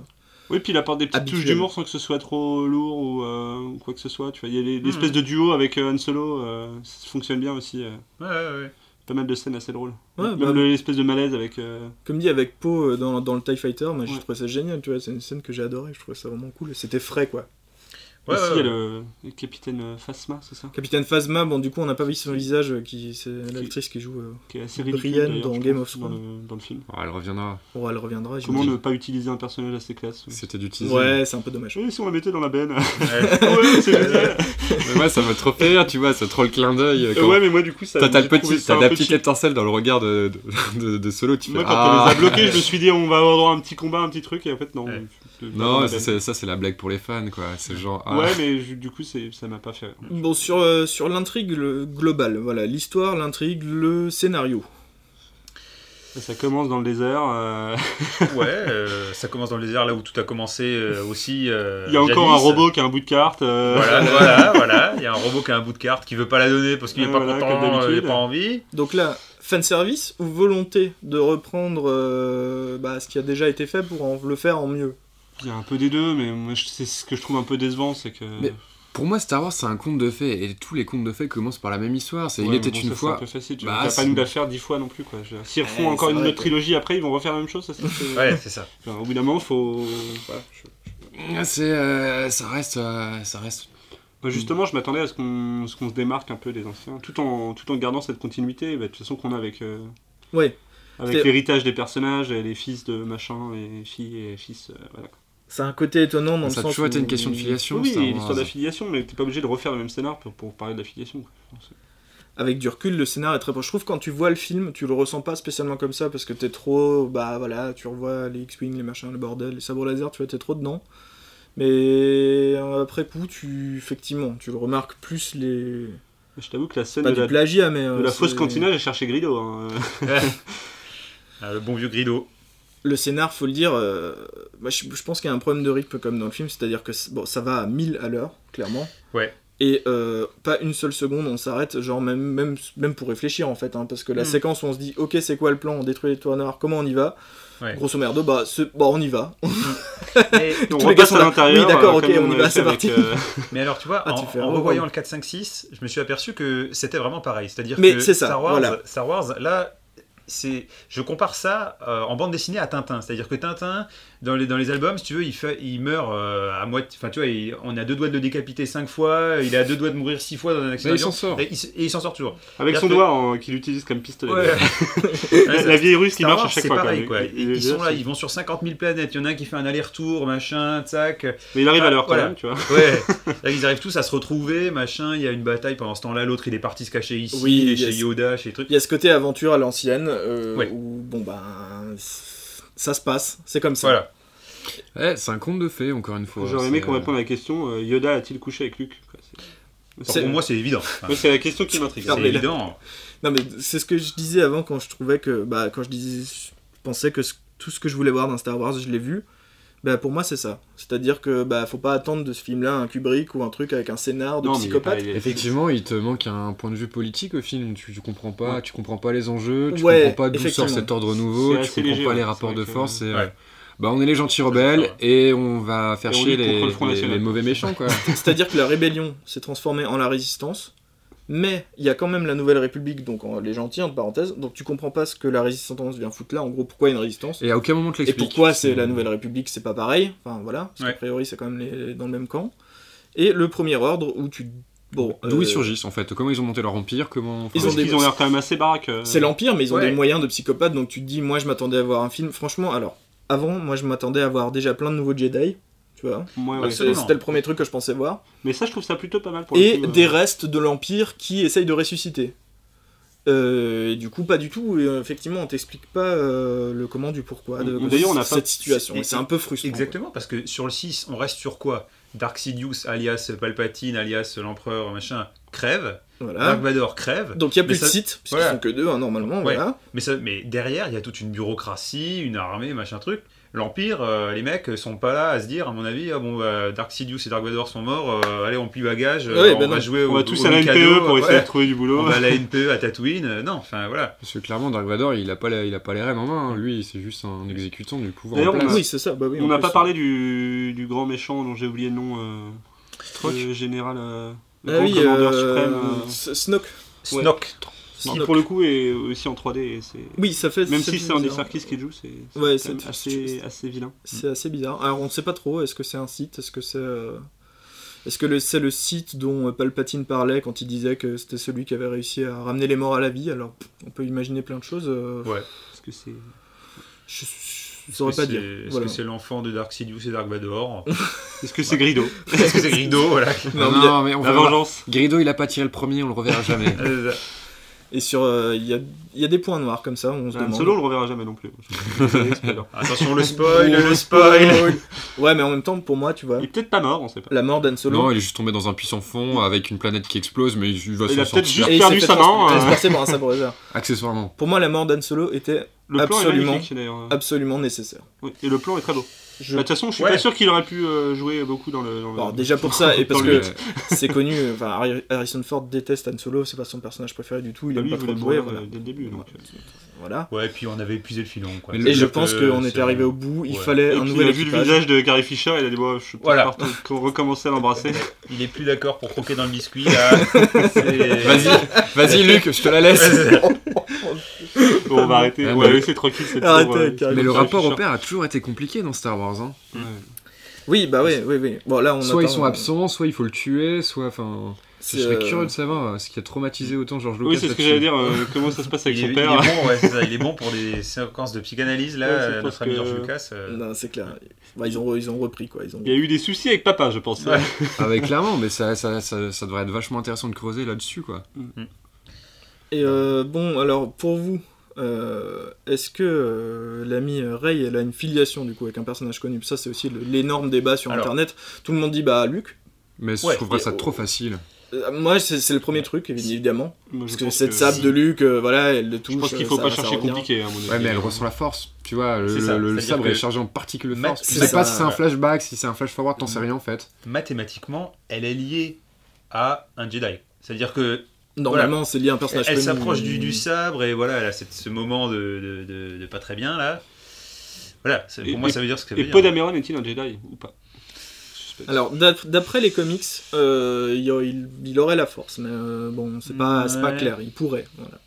Oui, puis il apporte des petites Habituel. touches d'humour sans que ce soit trop lourd ou, euh, ou quoi que ce soit. Tu vois, il y a les- l'espèce de duo avec euh, Han Solo, euh, ça fonctionne bien aussi. euh. Ouais, ouais, ouais. Pas mal de scènes assez drôles. Ouais, Même bah, le- l'espèce de malaise avec. euh, Comme dit avec Poe euh, dans, dans le TIE Fighter, moi j'ai Ouais. trouvé ça génial, tu vois. C'est une scène que j'ai adorée, je trouvais ça vraiment cool. C'était frais quoi. Ouais, aussi, ouais, il y ouais. a le, le capitaine euh, Phasma, c'est ça Capitaine Phasma, bon du coup on n'a pas vu son visage, euh, qui c'est l'actrice qui joue. euh, Qui est assez ridicule, Brienne d'ailleurs, dans je Game trouve, of dans Thrones. le, dans le film. Oh, elle reviendra. Oh, elle reviendra. Comment j'imagine. ne pas utiliser un personnage assez classe ouais. C'était du teasing. Ouais, c'est un peu dommage. Oui, si on la mettait dans la benne. Ouais. ouais, c'est génial. Mais moi, ça m'a trop fait rire, tu vois, ce troll clin d'œil. euh, Euh, quand- ouais, mais moi, du coup, ça. T'as t'as le j'ai trouvé petit, ça t'as un la peu petite cheap. étincelle dans le regard de, de, de- de Solo, tu fais Moi, quand on ah. les a bloqués, je me suis dit, on va avoir droit à un petit combat, un petit truc, et en fait, non. Ouais. je- je- dans Non, la ça benne. c'est, ça c'est la blague pour les fans, quoi. C'est genre. Ah. Ouais, mais je- du coup, c'est- ça m'a pas fait. rire. Bon, sur, euh, sur l'intrigue le- globale, voilà, l'histoire, l'intrigue, le scénario. Ça commence dans le désert. euh, Ouais, euh, ça commence dans le désert, là où tout a commencé euh, aussi. euh, Il y a encore un jadis. robot qui a un bout de carte. euh, Voilà, voilà, voilà. Il y a un robot qui a un bout de carte, qui veut pas la donner parce qu'il est Ouais, pas voilà, comme content, euh, il d'habitude. n'a pas envie. Donc là, fanservice ou volonté de reprendre euh, bah, ce qui a déjà été fait pour en- le faire en mieux Il y a un peu des deux, mais moi, je- c'est ce que je trouve un peu décevant, c'est que. Mais- Pour moi, Star Wars, c'est un conte de fées, et tous les contes de fées commencent par la même histoire. C'est Ouais, il mais était bon, une ça, C'est fois. un peu facile. Tu Bah, vas pas c'est- nous la faire dix fois non plus, quoi. Je veux dire, S'ils refont Ouais, encore c'est une vrai autre que- trilogie après, ils vont refaire la même chose, ça, c'est- c'est- Ouais, c'est ça. Enfin, au bout d'un moment, faut. voilà, je- C'est, euh, ça reste, euh, ça reste. Mm. Bah, Justement, je m'attendais à ce qu'on ce qu'on se démarque un peu des anciens, tout en, tout en gardant cette continuité, bah, de toute façon qu'on a avec, euh, Ouais. C'est- avec l'héritage des personnages, et les fils de machin, et filles et fils. euh, voilà. C'est un côté étonnant dans ça le a sens toujours été où- une question de filiation. Oui, Star oui, l'histoire Wars. d'affiliation, mais t'es pas obligé de refaire le même scénar pour, pour parler d'affiliation. quoi, je pense. Avec du recul, le scénar est très proche. Je trouve que quand tu vois le film, tu le ressens pas spécialement comme ça parce que t'es trop. Bah voilà, tu revois les X-Wing, les machins, le bordel, les sabres laser, tu vois, t'es trop dedans. Mais euh, après coup, tu. Effectivement, tu le remarques plus les. Je t'avoue que la scène Pas de du la, plagiat, mais. de euh, la c'est- fausse cantina, j'ai cherché Grido. hein, euh. Ah, le bon vieux Grido. le scénar, faut le dire, euh, bah, je, je pense qu'il y a un problème de rythme comme dans le film, c'est-à-dire que c'est- bon, ça va à 1000 à l'heure, clairement. Ouais. Et euh, pas une seule seconde, on s'arrête, genre même, même, même pour réfléchir en fait, hein, parce que la Mm. séquence où on se dit, ok, c'est quoi le plan, on détruit les toits noirs, comment on y va Ouais. Grosso merdo, bah, c'est- bah on y va. Mais, On les repasse gars sont à là. l'intérieur. Oui, d'accord, euh, ok, comme on y avait va, c'est fait parti. avec, euh, mais alors, tu vois, Ah, en, tu fais, en oh, revoyant oh. le 4, 5, 6, je me suis aperçu que c'était vraiment pareil. C'est-à-dire Mais que c'est ça, Star, Wars, voilà. Star Wars, là, c'est, je compare ça euh, en bande dessinée à Tintin. C'est-à-dire que Tintin, dans les, dans les albums, si tu veux, il, fait, il meurt euh, à moitié. Enfin, tu vois, il- on a deux doigts de le décapiter cinq fois, il a deux doigts de mourir six fois dans un accident. il s'en sort. Et il s- et il s'en sort toujours. Avec son C'est-à-dire que- doigt en- qu'il utilise comme pistolet. Ouais, La, ça- la vieille russe qui Star marche Wars, à chaque c'est fois. pareil, quoi. quoi. Il- Ils, il- ils sont là, ils vont sur 50 000 planètes. Il y en a un qui fait un aller-retour, machin, tac. Mais il arrive à l'heure quand Voilà. même, tu vois. Ouais. Là, ils arrivent tous à se retrouver, machin. Il y a une bataille pendant ce temps-là. L'autre, il est parti se cacher ici, Oui, il est yes. chez Yoda, chez les trucs. Il y a ce côté aventure à l'ancienne, euh, Ouais. où bon ben c- ça se passe, c'est comme ça. Voilà. Eh, c'est un conte de fées, encore une fois. J'aurais aimé C'est, qu'on euh, réponde à la question euh, Yoda a-t-il couché avec Luke quoi, c'est- Enfin, C'est- pour moi, c'est évident. Enfin, Moi, c'est la question qui m'intrigue. c'est Non, mais là- évident. Non mais c'est ce que je disais avant quand je trouvais que bah quand je disais je pensais que ce- tout ce que je voulais voir dans Star Wars je l'ai vu. Bah pour moi c'est ça. C'est-à-dire que bah faut pas attendre de ce film-là un Kubrick ou un truc avec un scénar de Non, mais il est psychopathe. pas- il est- Effectivement, il te manque un point de vue politique au film. Tu, tu comprends pas, Ouais. tu comprends pas les enjeux, tu Ouais, comprends pas d'où sort effectivement. cet ordre nouveau, C'est tu assez comprends léger, pas ouais. les rapports C'est de vrai que- force. Et, Ouais. euh, Bah, on est les gentils rebelles et on va faire Et on chier lutte les, contre le Front les- National. les mauvais méchants quoi. C'est-à-dire que la rébellion s'est transformée en la résistance. Mais il y a quand même la Nouvelle République, donc en- les gentils, entre parenthèses, donc tu comprends pas ce que la résistance vient foutre là, en gros pourquoi il y a une résistance. et à aucun moment te Et l'explique. pourquoi c'est la Nouvelle République, c'est pas pareil. Enfin voilà, parce qu'a Ouais. priori c'est quand même les- dans le même camp. Et le Premier Ordre où tu bon D'où euh, ils surgissent en fait Comment ils ont monté leur empire Comment Ils ont Parce des- qu'ils ont l'air quand même assez baraques. euh. C'est l'empire, mais ils ont Ouais. des moyens de psychopathe, donc tu te dis moi je m'attendais à voir un film. Franchement alors avant moi je m'attendais à voir déjà plein de nouveaux Jedi, tu vois. Ouais, ouais. Absolument. C'est- C'était le premier truc que je pensais voir. Mais ça, je trouve ça plutôt pas mal pour le et film, euh. des restes de l'Empire qui essayent de ressusciter. Euh, et du coup, pas du tout. Et, euh, effectivement, on t'explique pas euh, le comment du pourquoi de Et d'ailleurs, on n'a pas- cette situation. c'est- Et c'est un peu frustrant. Exactement, parce que sur le 6, on reste sur quoi Dark Sidious, alias Palpatine, alias l'Empereur, machin, crève. quoi. Dark Voilà. Vador crève. Donc il y a Mais plus ça- de sites, puisqu'ils voilà. sont que deux hein, normalement. Ouais. Voilà. Mais, ça, mais derrière, il y a toute une bureaucratie, une armée, machin truc. L'Empire, euh, les mecs sont pas là à se dire, à mon avis, ah bon, bah, Dark Sidious et Dark Vador sont morts, euh, allez, on plie bagage, euh, Ouais, on bah va non. jouer au, On va au tous à la Mikado, E euh, NPE pour ouais. essayer de trouver du On Oh. boulot. va à la NPE à Tatooine, euh, non, enfin voilà. Parce que clairement, Dark Vador, il a pas, la- il a pas les rênes en main. hein. Lui, c'est juste un exécutant du pouvoir. D'ailleurs, en place. on a- Oui, c'est ça. Bah oui, On en n'a plus. pas parlé du, du grand méchant dont j'ai oublié le nom. euh, le général. euh, le Ah grand oui, commandeur euh, suprême. euh, S- Snoke. Ouais. Snock. qui Snoke. pour le coup est aussi en 3D. et c'est- Oui, ça fait. Même ça si fait c'est Andy bizarre. Serkis qui le joue, c'est c'est Ouais, quand même c'est- assez, assez vilain. C'est assez bizarre. Alors on ne sait pas trop. Est-ce que c'est un site Est-ce que c'est euh, est-ce que le- c'est le site dont euh, Palpatine parlait quand il disait que c'était celui qui avait réussi à ramener les morts à la vie Alors pff, on peut imaginer plein de choses. euh, Ouais. Parce que Je c'est. je Est-ce saurais que pas c'est- dire. Est-ce Voilà. que c'est l'enfant de Dark Sidious et Dark Vador Est-ce que c'est Grido Est-ce que c'est Grido Voilà. Non, Non, mais- mais on La verra. vengeance Grido, il a pas tiré le premier, on le reverra jamais. Euh, Et sur euh, il y, a, il y a des points noirs comme ça. On se Han demande. Solo, on le reverra jamais non plus. Attention, le spoil, le spoil Oh, ouais, mais en même temps pour moi, tu vois, Il est peut-être pas mort, on sait pas. la mort d'Han Solo. non, il est juste tombé dans un puissant fond avec une planète qui explose, mais il va Il a s'en sortir. peut-être juste- il perdu s'est fait sa main, trans- euh. transpercer par un sabre laser. Accessoirement. Pour moi, la mort d'Han Solo était Le plan est Absolument. magnifique d'ailleurs. absolument nécessaire. Oui, Et le plan est très beau. Je Bah, De toute façon, je suis Ouais. pas sûr qu'il aurait pu euh, jouer beaucoup dans le. dans le- Alors, déjà pour ça, et parce Dans que le- euh, c'est connu, enfin, Harry- Harrison Ford déteste Han Solo, c'est pas son personnage préféré du tout, il Bah, aime lui, pas il trop voulait le mourir jouer, euh, voilà. dès le début. donc, euh. Voilà. Ouais, puis on avait épuisé le filon, quoi. Mais le- Et je Donc, pense euh, qu'on c'est- était arrivé au bout, il ouais. fallait Et un puis, il nouvel a vu le équipage. visage de Gary Fisher et il a dit bon, je suis Voilà. voilà. qu'on recommençait à l'embrasser. Il est plus d'accord pour croquer dans le biscuit, là. C'est- Vas-y, vas-y, Luc, je te la laisse. bon, on va arrêter. Ouais, Ouais, mais- laissez tranquille cette Arrêtez pauvre, avec euh, Gary Mais le Gary rapport Fisher. au père a toujours été compliqué dans Star Wars. Hein. Ouais. Oui, bah oui, oui, oui. Bon, là, on Soit ils attend, sont euh, absents, soit il faut le tuer, soit. Enfin, je c'est, serais euh, curieux de savoir euh, ce qui a traumatisé autant George Lucas. Oui, c'est ce que là-dessus. j'allais dire. euh, comment ça se passe avec Il est, son il est père bon, ouais, c'est ça, il est bon pour des séquences de psychanalyse, là, Ouais, c'est euh, parce notre ami que- George Lucas. euh, Non, c'est clair. Bah, ils, ont, ils ont repris, quoi. Ils ont... Il y a eu des soucis avec papa, je pense. Ouais. Ah, mais clairement, mais ça, ça, ça, ça devrait être vachement intéressant de creuser là-dessus, quoi. Et euh, bon, alors, pour vous, euh, est-ce que euh, l'ami euh, Rey, elle a une filiation, du coup, avec un personnage connu Ça, c'est aussi le- l'énorme débat sur Alors. Internet. Tout le monde dit, bah, Luc. Mais je Ouais, trouverais et- ça trop facile. Euh, moi, c'est c'est le premier truc, évidemment. Moi, je Parce que pense cette sable de Luc, euh, voilà, elle le touche. Je pense qu'il euh, faut ça- pas ça chercher revient. compliqué, à mon avis. Ouais, mais elle ressent la force, tu vois. Le, C'est ça, le- le c'est-à-dire sabre que- est chargé en particules de Ma- force. Tu c'est sais ça, pas si c'est un ouais. flashback, si c'est un flash forward, t'en sais rien en fait. mathématiquement, elle est liée à un Jedi. C'est-à-dire que Normalement, c'est lié à un personnage elle connu, euh, s'approche du, mais- du sabre et voilà, elle a cette- ce moment de, de- de- de pas très bien là. Voilà, ça- pour Et- moi ça veut dire ce que ça Et veut Poe dire. hein. Dameron est-il un Jedi ou pas Suspense. Alors, d'ap- d'après les comics, euh, il, y a- il- il aurait la force, mais euh, bon, c'est pas, c'est pas Ouais. clair, il pourrait. Voilà.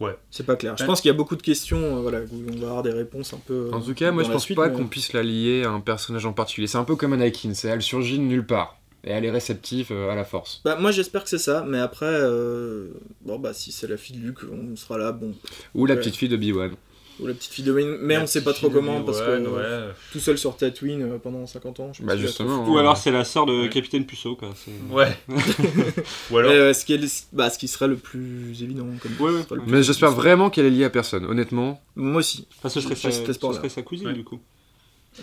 Ouais. C'est pas clair. Je Ouais. pense qu'il y a beaucoup de questions, euh, voilà, on va avoir des réponses un peu. En tout cas, moi, je pense pas qu'on puisse la lier à un personnage en particulier. C'est un peu comme Anakin, c'est elle surgit de nulle part. Et elle est réceptive euh, à la force. Bah, moi j'espère que c'est ça, mais après, euh, bon bah si c'est la fille de Luke, on sera là, bon, Ou la Ouais. petite fille de Obi-Wan. ou la petite fille de Wayne, mais La on sait pas petite trop fille de comment, parce que Obi-Wan, euh, ouais. tout seul sur Tatooine euh, pendant 50 ans, je pense Bah, qu'il va justement. Ou hein. alors c'est la sœur de Ouais. Capitaine Puceau, quoi. c'est- Ouais. Ou alors, Mais, euh, ce, qui est le- bah, ce qui serait le plus évident. Comme... Ouais, ouais. Pas le plus- Mais j'espère vraiment qu'elle est liée à personne, honnêtement. Moi aussi. Enfin, ce serait, sa, J'ai cet ce espoir-là. serait sa cousine, Ouais. du coup.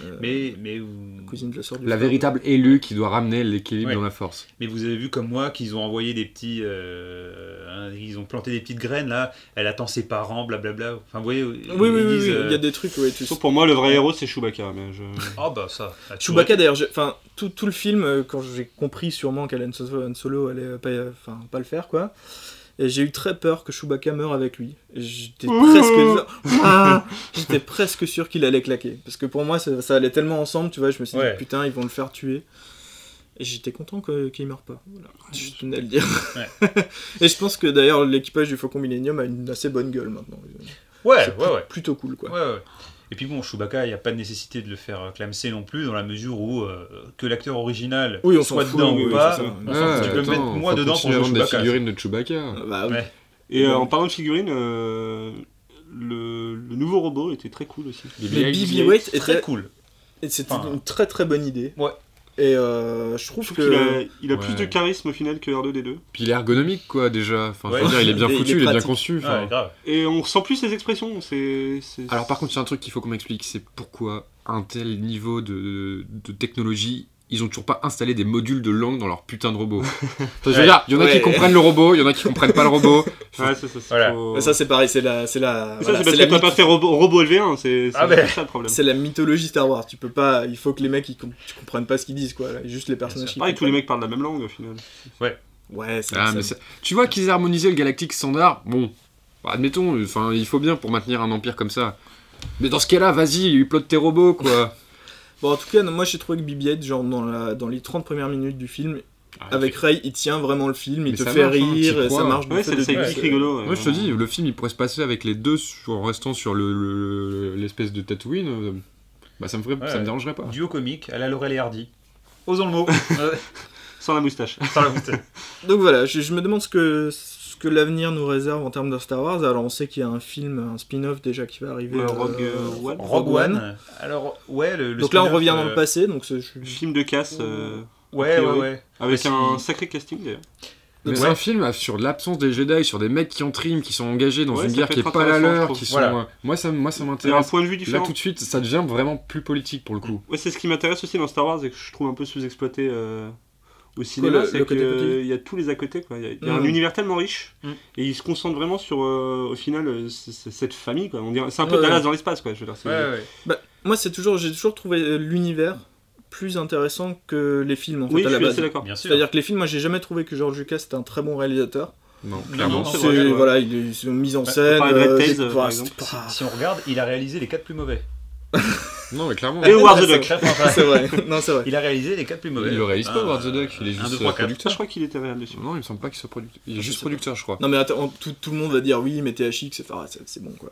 Euh, mais, mais, vous, Cousine de la sœur du La frère. véritable élue qui doit ramener l'équilibre Ouais. dans la force. mais vous avez vu comme moi qu'ils ont envoyé des petits. euh, hein, ils ont planté des petites graines là, elle attend ses parents, blablabla. Enfin, vous voyez. ils Oui, oui, oui, disent, oui, il y a euh, des trucs, ouais, tu Sauf pour moi, le vrai héros, c'est Chewbacca. Mais je... Ah bah ça. la Chewbacca d'ailleurs, j'ai- enfin tout, tout le film, euh, quand j'ai compris sûrement qu'Alan Solo, Han Solo allait euh, pas, euh, enfin, pas le faire quoi, et j'ai eu très peur que Chewbacca meure avec lui. Et J'étais presque, Ah j'étais presque sûr qu'il allait claquer, parce que pour moi ça, ça allait tellement ensemble, tu vois, je me suis Ouais. dit putain ils vont le faire tuer. Et j'étais content que- qu'il meure pas. Voilà, je tenais à le dire. et je pense que d'ailleurs l'équipage du Faucon Millennium a une assez bonne gueule maintenant. Ouais, C'est ouais, plut- ouais. Plutôt cool quoi. Ouais, ouais. Et puis bon, Chewbacca, il n'y a pas de nécessité de le faire euh, clamser non plus, dans la mesure où euh, que l'acteur original Oui, on s'en soit fout, dedans oui, ou oui, pas, c'est ça. on s'en fout. Bah, tu peux Ah, attends, mettre moi faut dedans pour continuer à jouer vendre des Chewbacca. Euh, figurines de Chewbacca. Bah, oui. Ouais. Et euh, en parlant de figurines, euh, le, le nouveau robot était très cool aussi. Mais BB-8. BB-8 C'est très était cool. Et C'était Enfin, une très très bonne idée. Ouais. Et euh, je trouve Je trouve qu'il que. a, il a plus Ouais. de charisme au final que R2D2. Puis il est ergonomique, quoi, déjà. Enfin, je veux Ouais. dire, il est bien Il est- foutu, il est il est, bien pratique. conçu. enfin. Ouais, grave. Et on ressent plus ses expressions. c'est c'est- Alors, par contre, c'est un truc qu'il faut qu'on m'explique c'est pourquoi un tel niveau de, de technologie. Ils ont toujours pas installé des modules de langue dans leur putain de robot. Enfin, je veux Ouais. dire, il y en a qui Ouais. comprennent le robot, il y en a qui comprennent pas le robot. Ouais, ça, ça, c'est Voilà. trop- Ça, c'est pareil, c'est la. C'est la, Ça, voilà, c'est parce c'est la que t'as myth- pas fait robot, robot LV1, c'est c'est Ah ben. ça le problème. c'est la mythologie Star Wars. Tu peux pas. Il faut que les mecs ils com- tu comprennent pas ce qu'ils disent quoi. là. Juste les personnages. Pareil, tous les mecs parlent la même langue au final. Ouais, c'est Ah, ça. mais ça- Tu vois qu'ils harmonisaient le galactique standard, bon, bah, admettons, enfin, il faut bien pour maintenir un empire comme ça. Mais dans ce cas-là, vas-y, upload tes robots, quoi. Bon, en tout cas, non, moi j'ai trouvé que BB-8, genre dans, la, dans les 30 premières minutes du film, avec Ray, il tient vraiment le film, il Ah, Mais te ça fait marche, hein, rire, t'y et ça crois. marche. Ouais, c'est de le début. sidekick rigolo. ouais. Moi, je te dis, le film, il pourrait se passer avec les deux sur- en restant sur le- le- l'espèce de Tatooine. euh, Bah, ça me, ferait, Ouais, ça ouais. me dérangerait pas. Duo comique à la Laurel et Hardy. Osons le mot. Euh, Sans la moustache. sans la moustache. Donc voilà, je, je me demande ce que, ce que l'avenir nous réserve en termes de Star Wars. Alors on sait qu'il y a un film, un spin-off déjà qui va arriver. Euh, Rogue euh, One. Rogue One. Alors, ouais, le. le Donc là, on spin-off, revient dans euh, le passé, donc c'est- je- Film de casse. euh, Ouais, ouais, priori. ouais. Avec Bah, un si. sacré casting d'ailleurs. Mais Ouais. c'est un film euh, sur l'absence des Jedi, sur des mecs qui en triment, qui sont engagés dans Ouais, une ça guerre peut qui est être pas la intéressant, je leur. trouve. Qui sont, Voilà. euh, Moi, ça, m- moi, ça C'est un m'intéresse. point de vue Là, différent. tout de suite, ça devient vraiment plus politique pour le coup. Ouais, c'est ce qui m'intéresse aussi dans Star Wars et que je trouve un peu sous-exploité euh, au cinéma, le- c'est le côté qu'il petit. y a tous les à côté. quoi. Il y a, il y a un Mm. univers tellement riche Mm. et ils se concentrent vraiment sur, euh, au final, euh, c- c- cette famille. quoi. On dirait- C'est un peu Ouais, Dallas ouais. dans l'espace. quoi. Je veux dire, c'est- Ouais, ouais. Moi, c'est toujours, j'ai toujours trouvé euh, l'univers plus intéressant que les films en Oui, fait à je la suis base. assez d'accord. Bien sûr. C'est-à-dire que les films, moi, j'ai jamais trouvé que George Lucas était un très bon réalisateur. Non, Non, clairement. non, c'est C'est vrai, ouais. voilà, il est c'est une mise en Bah, scène. on parlait de Red Tails, des- euh, bah, par c'est exemple. pas- Si on regarde, il a réalisé les quatre plus mauvais. Non, mais clairement. Et Howard the Ouais, Duck. Très fort, ouais. c'est vrai. Non, c'est vrai. Il a réalisé les quatre plus mauvais. Il le réalise pas, Un, Howard the Duck, il est un, juste, deux, euh, trois, quatre. producteur. Ça, je crois qu'il était réel dessus. Non, il me semble pas qu'il soit producteur. Il est Ah, Je juste sais pas. producteur, je crois. Non, mais attends, tout, tout le monde va dire oui, mais THX, c'est ah, c'est- c'est bon quoi.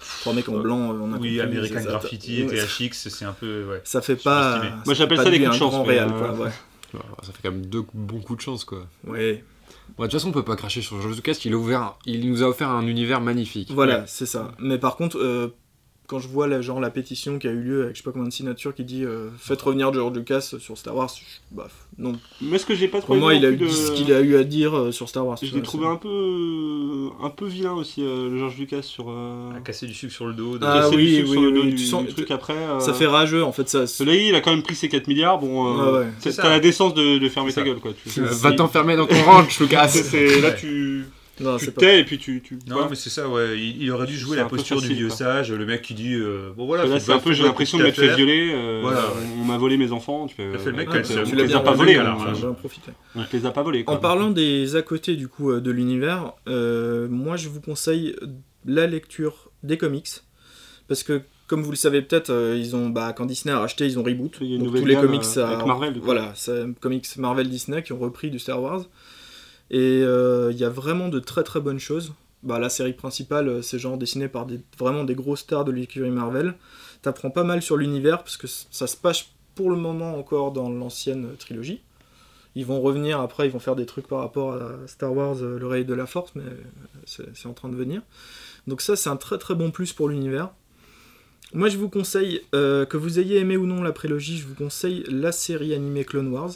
C'est- Trois mecs en Ouais. blanc, euh, on a compris, Oui, American c'est ça. Graffiti, Ouais. THX, c'est un peu. Ouais. Ça fait pas. Surestimé. Moi, fait j'appelle ça pas des de lui coups de un chance, grand mais, réal, euh, quoi, ouais. Bah, Ça fait quand même deux bons coups de chance, quoi. Ouais. Bon, de toute façon, on peut pas cracher sur George Lucas, il, a ouvert un- il nous a offert un univers magnifique. Voilà, c'est ça. Mais par contre, euh, quand je vois la, genre, la pétition qui a eu lieu avec je sais pas combien de signatures qui dit euh, Faites revenir George Lucas sur Star Wars, je- bah, non. Mais ce que j'ai pas Pour trouvé. moi, non il a plus eu de- dit ce qu'il a eu à dire euh, sur Star Wars. Je tu l'ai vois, trouvé c'est- un peu, un peu vilain aussi, euh, le George Lucas sur. euh, Mmh. A cassé du sucre sur le dos. de- Ah, casser du oui, sucre oui, sur le oui, dos oui, du- tu sens- du truc après. euh, Ça fait rageux, en fait. Ça, Celui-là, il a quand même pris ses 4 milliards. Bon, euh, Ah ouais. t'as C'est ça. t'as la décence de, de fermer C'est ta ça. gueule, quoi. tu- Euh, Va t'enfermer dans ton ranch, Lucas Ah, C'est- c'est- Là, Ouais. tu. Non, tu c'est te pas. tais et puis tu. tu Non, voilà. mais c'est ça, ouais. Il, il aurait dû jouer C'est la un peu posture du facile, vieux quoi. sage, le mec qui dit euh, Bon voilà, Parce que là, faut c'est un pas- peu, j'ai faut pas l'impression tout de à m'être fait faire. violer. euh, Voilà, ouais. On m'a volé mes enfants. Tu, peux- Ça fait le mec on comme te- ça, on tu te l'as les bien a pas vendu, volés. alors, on- Enfin, hein. j'en profite. On te les a pas volés. quoi. En parlant des à côté du coup euh, de l'univers, euh, moi je vous conseille la lecture des comics parce que comme vous le savez peut-être, euh, ils ont bah, quand Disney a racheté, ils ont reboot Il y a une donc nouvelle tous les gamme, comics euh, ça- avec Marvel, du coup. voilà, ça- comics Marvel Disney qui ont repris du Star Wars et euh, il y a vraiment de très très bonnes choses. Bah, la série principale, euh, c'est genre dessiné par des, vraiment des grosses stars de l'écurie Marvel. T'apprends pas mal sur l'univers parce que c- ça se passe pour le moment encore dans l'ancienne euh, trilogie. Ils vont revenir après, ils vont faire des trucs par rapport à Star Wars, euh, le raid de la force, mais euh, c'est c'est en train de venir. Donc ça, c'est un très très bon plus pour l'univers. Moi, je vous conseille, euh, que vous ayez aimé ou non la prélogie, je vous conseille la série animée Clone Wars.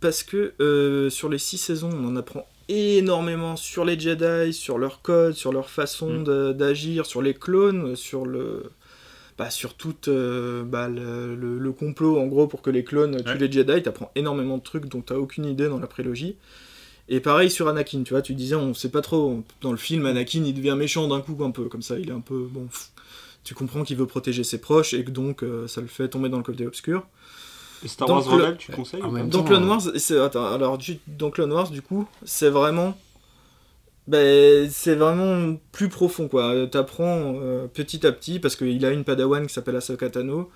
Parce que euh, sur les six saisons, on en apprend énormément sur les Jedi, sur leur code, sur leur façon Mm. de- d'agir, sur les clones, sur le... Bah, sur tout euh, bah, le, le- le complot, en gros, pour que les clones tuent Ouais. les Jedi. T'apprends énormément de trucs dont t'as aucune idée dans la prélogie. Et pareil sur Anakin, tu vois, tu disais, on sait pas trop. on- Dans le film, Anakin, il devient méchant d'un coup, un peu, comme ça, il est un peu, bon, pff. tu comprends qu'il veut protéger ses proches et que donc euh, ça le fait tomber dans le côté obscur. Et Star Donc, Wars le- Rebelle, tu conseilles Ah, ou ouais. pas Attends, Dans Clone euh. Wars, c'est, attends, alors, du, dans Clone Wars, du coup, c'est vraiment. Ben, c'est vraiment plus profond, quoi. Euh, T'apprends euh, petit à petit, parce qu'il a une padawan qui s'appelle Ahsoka Tano,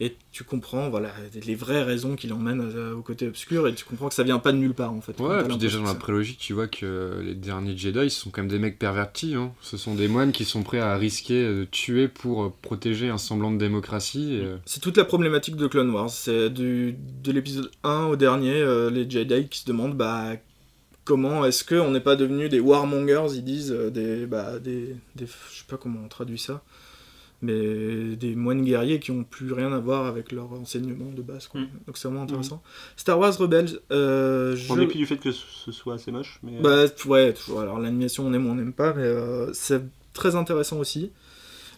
et tu comprends, voilà, les vraies raisons qui l'emmènent euh, au côté obscur, et tu comprends que ça vient pas de nulle part, en fait. Ouais, T'as et puis déjà l'impression dans la que prélogie, tu vois que les derniers Jedi, ce sont quand même des mecs pervertis. Hein. Ce sont des moines qui sont prêts à risquer euh, de tuer pour euh, protéger un semblant de démocratie. et, euh, C'est toute la problématique de Clone Wars. C'est du, de l'épisode 1 au dernier, euh, les Jedi qui se demandent bah, comment est-ce qu'on n'est pas devenu des warmongers, ils disent, euh, des, bah, des, des- Je sais pas comment on traduit ça, mais des moines guerriers qui ont plus rien à voir avec leur enseignement de base. quoi. Mm. Donc c'est vraiment intéressant. Star Wars Rebels, euh, je... En dépit du fait que ce soit assez moche, mais. Bah ouais, toujours. Alors l'animation, on aime ou on n'aime pas, mais euh, c'est très intéressant aussi.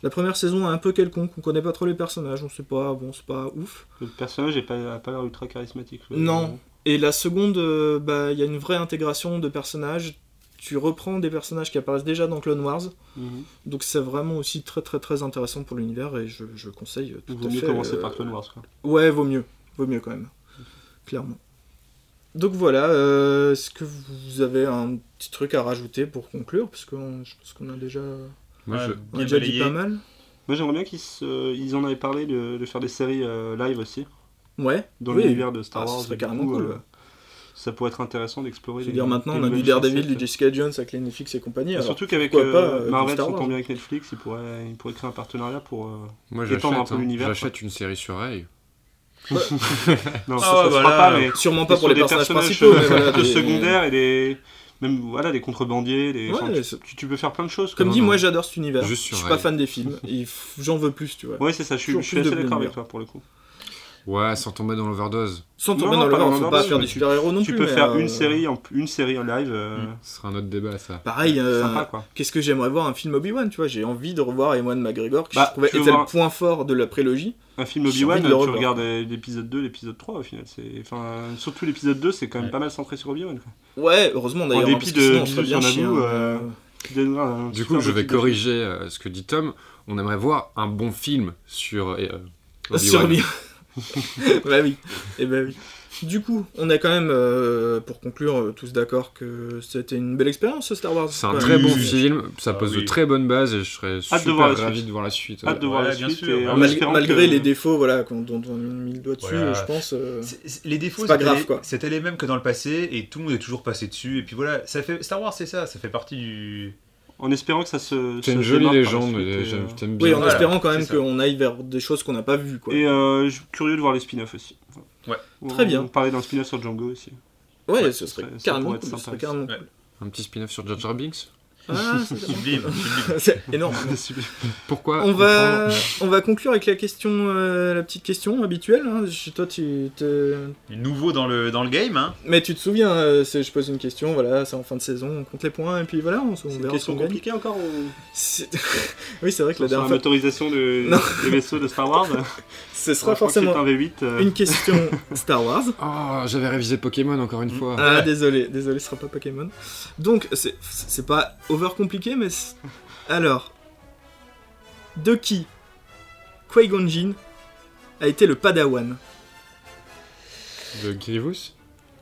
La première saison est un peu quelconque, on connaît pas trop les personnages, on sait pas, bon, c'est pas ouf. Le euh, personnage n'a pas, a pas l'air ultra charismatique. je- Non. Et la seconde, euh, bah, il y a une vraie intégration de personnages. Tu reprends des personnages qui apparaissent déjà dans Clone Wars, Mhm. donc c'est vraiment aussi très très très intéressant pour l'univers et je, je conseille euh, tout Il vaut à mieux fait, commencer euh, par Clone Wars. Quoi. Ouais, vaut mieux. Vaut mieux quand même. Clairement. Donc voilà, euh, est-ce que vous avez un petit truc à rajouter pour conclure Parce que on- je pense qu'on a déjà, moi, Ouais, je- on a bien déjà dit balayé. pas mal. Moi, j'aimerais bien qu'ils se- ils en avaient parlé de, de faire des séries euh, live aussi, Ouais. dans oui. l'univers de Star Ah, Wars. ce serait du carrément coup, cool. euh, ouais. ça pourrait être intéressant d'explorer. Je veux les- dire, maintenant, les on a du nouvelles Daredevil, facettes. du Jessica Jones avec les Netflix et compagnie. Et alors- hein. Bah, surtout qu'avec pourquoi pas, euh, euh, Marvel Star s'entend Wars. bien avec Netflix, ils pourraient, ils pourraient créer un partenariat pour. euh, moi, Étendre un j'achète peu hein. l'univers, J'achète une série sur Ray. Non, Ah, ça, ça se fera voilà. pas, mais. Sûrement pas mais sur pour les des personnages, principaux, mais euh, voilà, de des- secondaires et des. Même voilà, des contrebandiers. Des... Ouais, enfin, tu- c'est- tu, tu peux faire plein de choses. quoi. Comme Non, dit, non. moi j'adore cet univers. Je Juste sur suis pas elle. fan des films. Il f- J'en veux plus, tu vois. Ouais, c'est ça, je suis, Toujours je suis plus assez de d'accord avec l'univers. toi pour le coup. Ouais, sans tomber dans l'overdose. Sans Non, tomber non, dans le pas lore, dans faut le pas lore, faire mais du super-héros non tu plus. peux mais, faire euh, une série en une série en live euh, Ce sera un autre débat, ça. Pareil, euh, sympa quoi. Qu'est-ce que j'aimerais voir un film Obi-Wan, tu vois J'ai envie de revoir Ewan McGregor, qui Bah, je trouvais tu veux était le voir- point fort de la prélogie. Un film j'ai envie de Obi-Wan, tu le revoir. regardes euh, l'épisode 2, l'épisode 3 au final. c'est- Enfin, euh, surtout l'épisode 2, c'est quand même Ouais. pas mal centré sur Obi-Wan. quoi. Ouais, heureusement d'ailleurs. hein, dépit parce que de sinon, on serait Bisous bien sur Naboo, chiant, euh, euh, Tu donneras un Du super coup, je petit vais détail. corriger euh, ce que dit Tom. On aimerait voir un bon film sur. euh, Obi-Wan. sur Obi- bah oui. Et bah oui. Du coup, on est quand même, euh, pour conclure, euh, tous d'accord que c'était une belle expérience ce Star Wars. C'est un Ouais. très Oui, bon oui. film, ça Ah pose de oui. très bonnes bases et je serais de super voir la ravi suite. de voir la suite. Hâte de Euh, voir la Ouais, bien suite. sûr. et en Ah, Mal- espérant malgré que- les défauts voilà, qu'on- dont on a mis le doigt dessus, Voilà. je pense. euh, C'est- c'est- Les défauts, C'est pas c'était grave, les- quoi. c'était les mêmes que dans le passé et tout le monde est toujours passé dessus. Et puis voilà, ça fait... Star Wars, c'est ça, ça fait partie du. En espérant que ça se. C'est se une jolie démarque par la légende, suite, et et, j'aime- euh, t'aimes bien. Oui, en Voilà, espérant quand c'est même ça. qu'on aille vers des choses qu'on n'a pas vues. Quoi. Et euh, je suis curieux de voir les spin-offs aussi. Voilà. Ouais. On- Très bien. On parlait d'un spin-off sur Django aussi. ouais, ouais, ce serait ça pourrait carrément être cool. ce sympa serait carrément aussi. cool. Un petit spin-off sur Jar Jar Binks Ah, Sublime, sublime. c'est- c'est énorme. Pourquoi On va, prend- on va conclure avec la question, euh, la petite question habituelle. hein. Chez toi, tu te... Nouveau dans le, dans le game, hein. Mais tu te souviens, euh, c'est- je pose une question, voilà, c'est en fin de saison, on compte les points, et puis voilà, on, se- on C'est une verra si on question gagne. compliquée encore ou... C'est- oui, c'est vrai que la Sur la dernière fois, motorisation de- Non. des vaisseaux de Star Wars ce Je crois sera que c'est forcément un V8. euh, une question Star Wars. Oh, j'avais révisé Pokémon encore une fois. Ah, désolé, désolé, ce sera pas Pokémon. Donc, c'est- c'est pas over compliqué, mais. c'est- Alors. De qui Qui-Gon Jinn a été le padawan De Grievous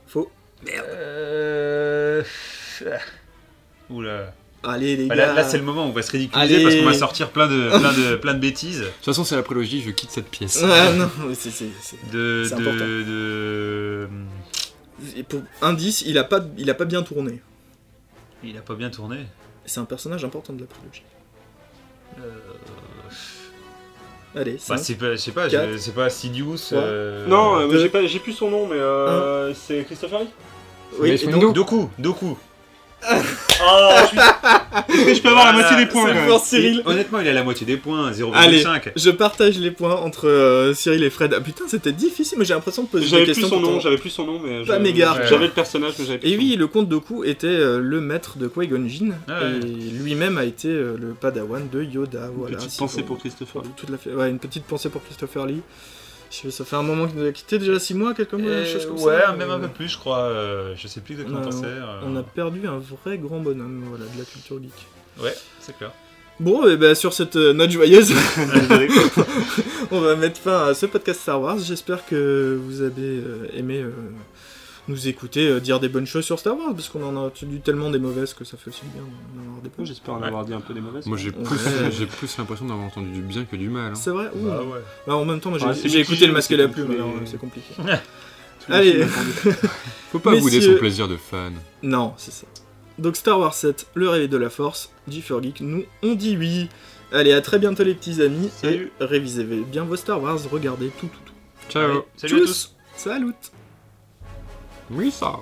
Faux. Euh... Oula. Allez, les Bah, gars. là, là, c'est le moment où on va se ridiculiser Allez. parce qu'on va sortir plein de, plein de, plein de bêtises. De toute façon, c'est la prélogie, je quitte cette pièce. Ah, non, mais c'est. c'est- c'est- De, C'est de, euh, important. de- et pour- Indice, il a, pas, il a pas bien tourné. Il a pas bien tourné. C'est un personnage important de la prélogie. Euh, Allez, bah, cinq. c'est pas, je sais pas, Quatre. je- c'est pas Sidious. Trois. euh, Non, euh, moi, deux. j'ai pas- j'ai plus son nom, mais euh, c'est Christopher Lee. oui, Mace et Windu. donc, Doku, Doku. Ah, je suis- Est-ce que je peux avoir la moitié Voilà, des points c'est là fort, Cyril. Et Honnêtement, il a la moitié des points, Allez. 0,5. Je partage les points entre euh, Cyril et Fred. Ah putain, c'était difficile, mais j'ai l'impression de poser des J'avais plus questions. son quand nom, on- j'avais plus son nom, mais Pas je- m'égare. J'avais le personnage, mais j'avais plus. Et son oui, le comte Doku était euh, le maître de Qui-Gon Jinn, Ah ouais. et lui-même a été euh, le padawan de Yoda. nom. Voilà, Petite c'est pensée pour- pour Christopher. pour tout à fait- ouais, une petite pensée pour Christopher Lee. Je sais, ça fait un moment qu'il nous a quitté, déjà 6 mois, quelques mois, Euh, chose comme ouais, ça. même Euh, un peu plus, je crois. euh, je sais plus exactement on a- quand c'est. euh, On a perdu un vrai grand bonhomme voilà, de la culture geek. Ouais, c'est clair. Bon, et ben sur cette euh, note joyeuse, Désolé. on va mettre fin à ce podcast Star Wars. J'espère que vous avez euh, aimé euh, nous écouter euh, dire des bonnes choses sur Star Wars, parce qu'on en a entendu tellement des mauvaises que ça fait aussi bien d'en avoir des bonnes. J'espère en avoir dit un peu des mauvaises. Moi, j'ai Ouais. plus, j'ai plus l'impression d'avoir entendu du bien que du mal. hein. C'est vrai Ouh. Bah ouais. Bah, En même temps, moi, j'ai Ouais, c'est j'ai mitigé, écouté le masque et la c'est plume, comme tous alors les- euh, c'est compliqué. Tous les Allez. films attendus. Faut pas bouder Messieurs- son plaisir de fan. Non, c'est ça. Donc Star Wars 7, le réveil de la force, G4 Geek, nous on dit oui. Allez, à très bientôt les petits amis, Salut. et révisez bien vos Star Wars, Euh, regardez tout, tout, tout. Ciao. Allez, Salut à tous. Salut Oui, ça.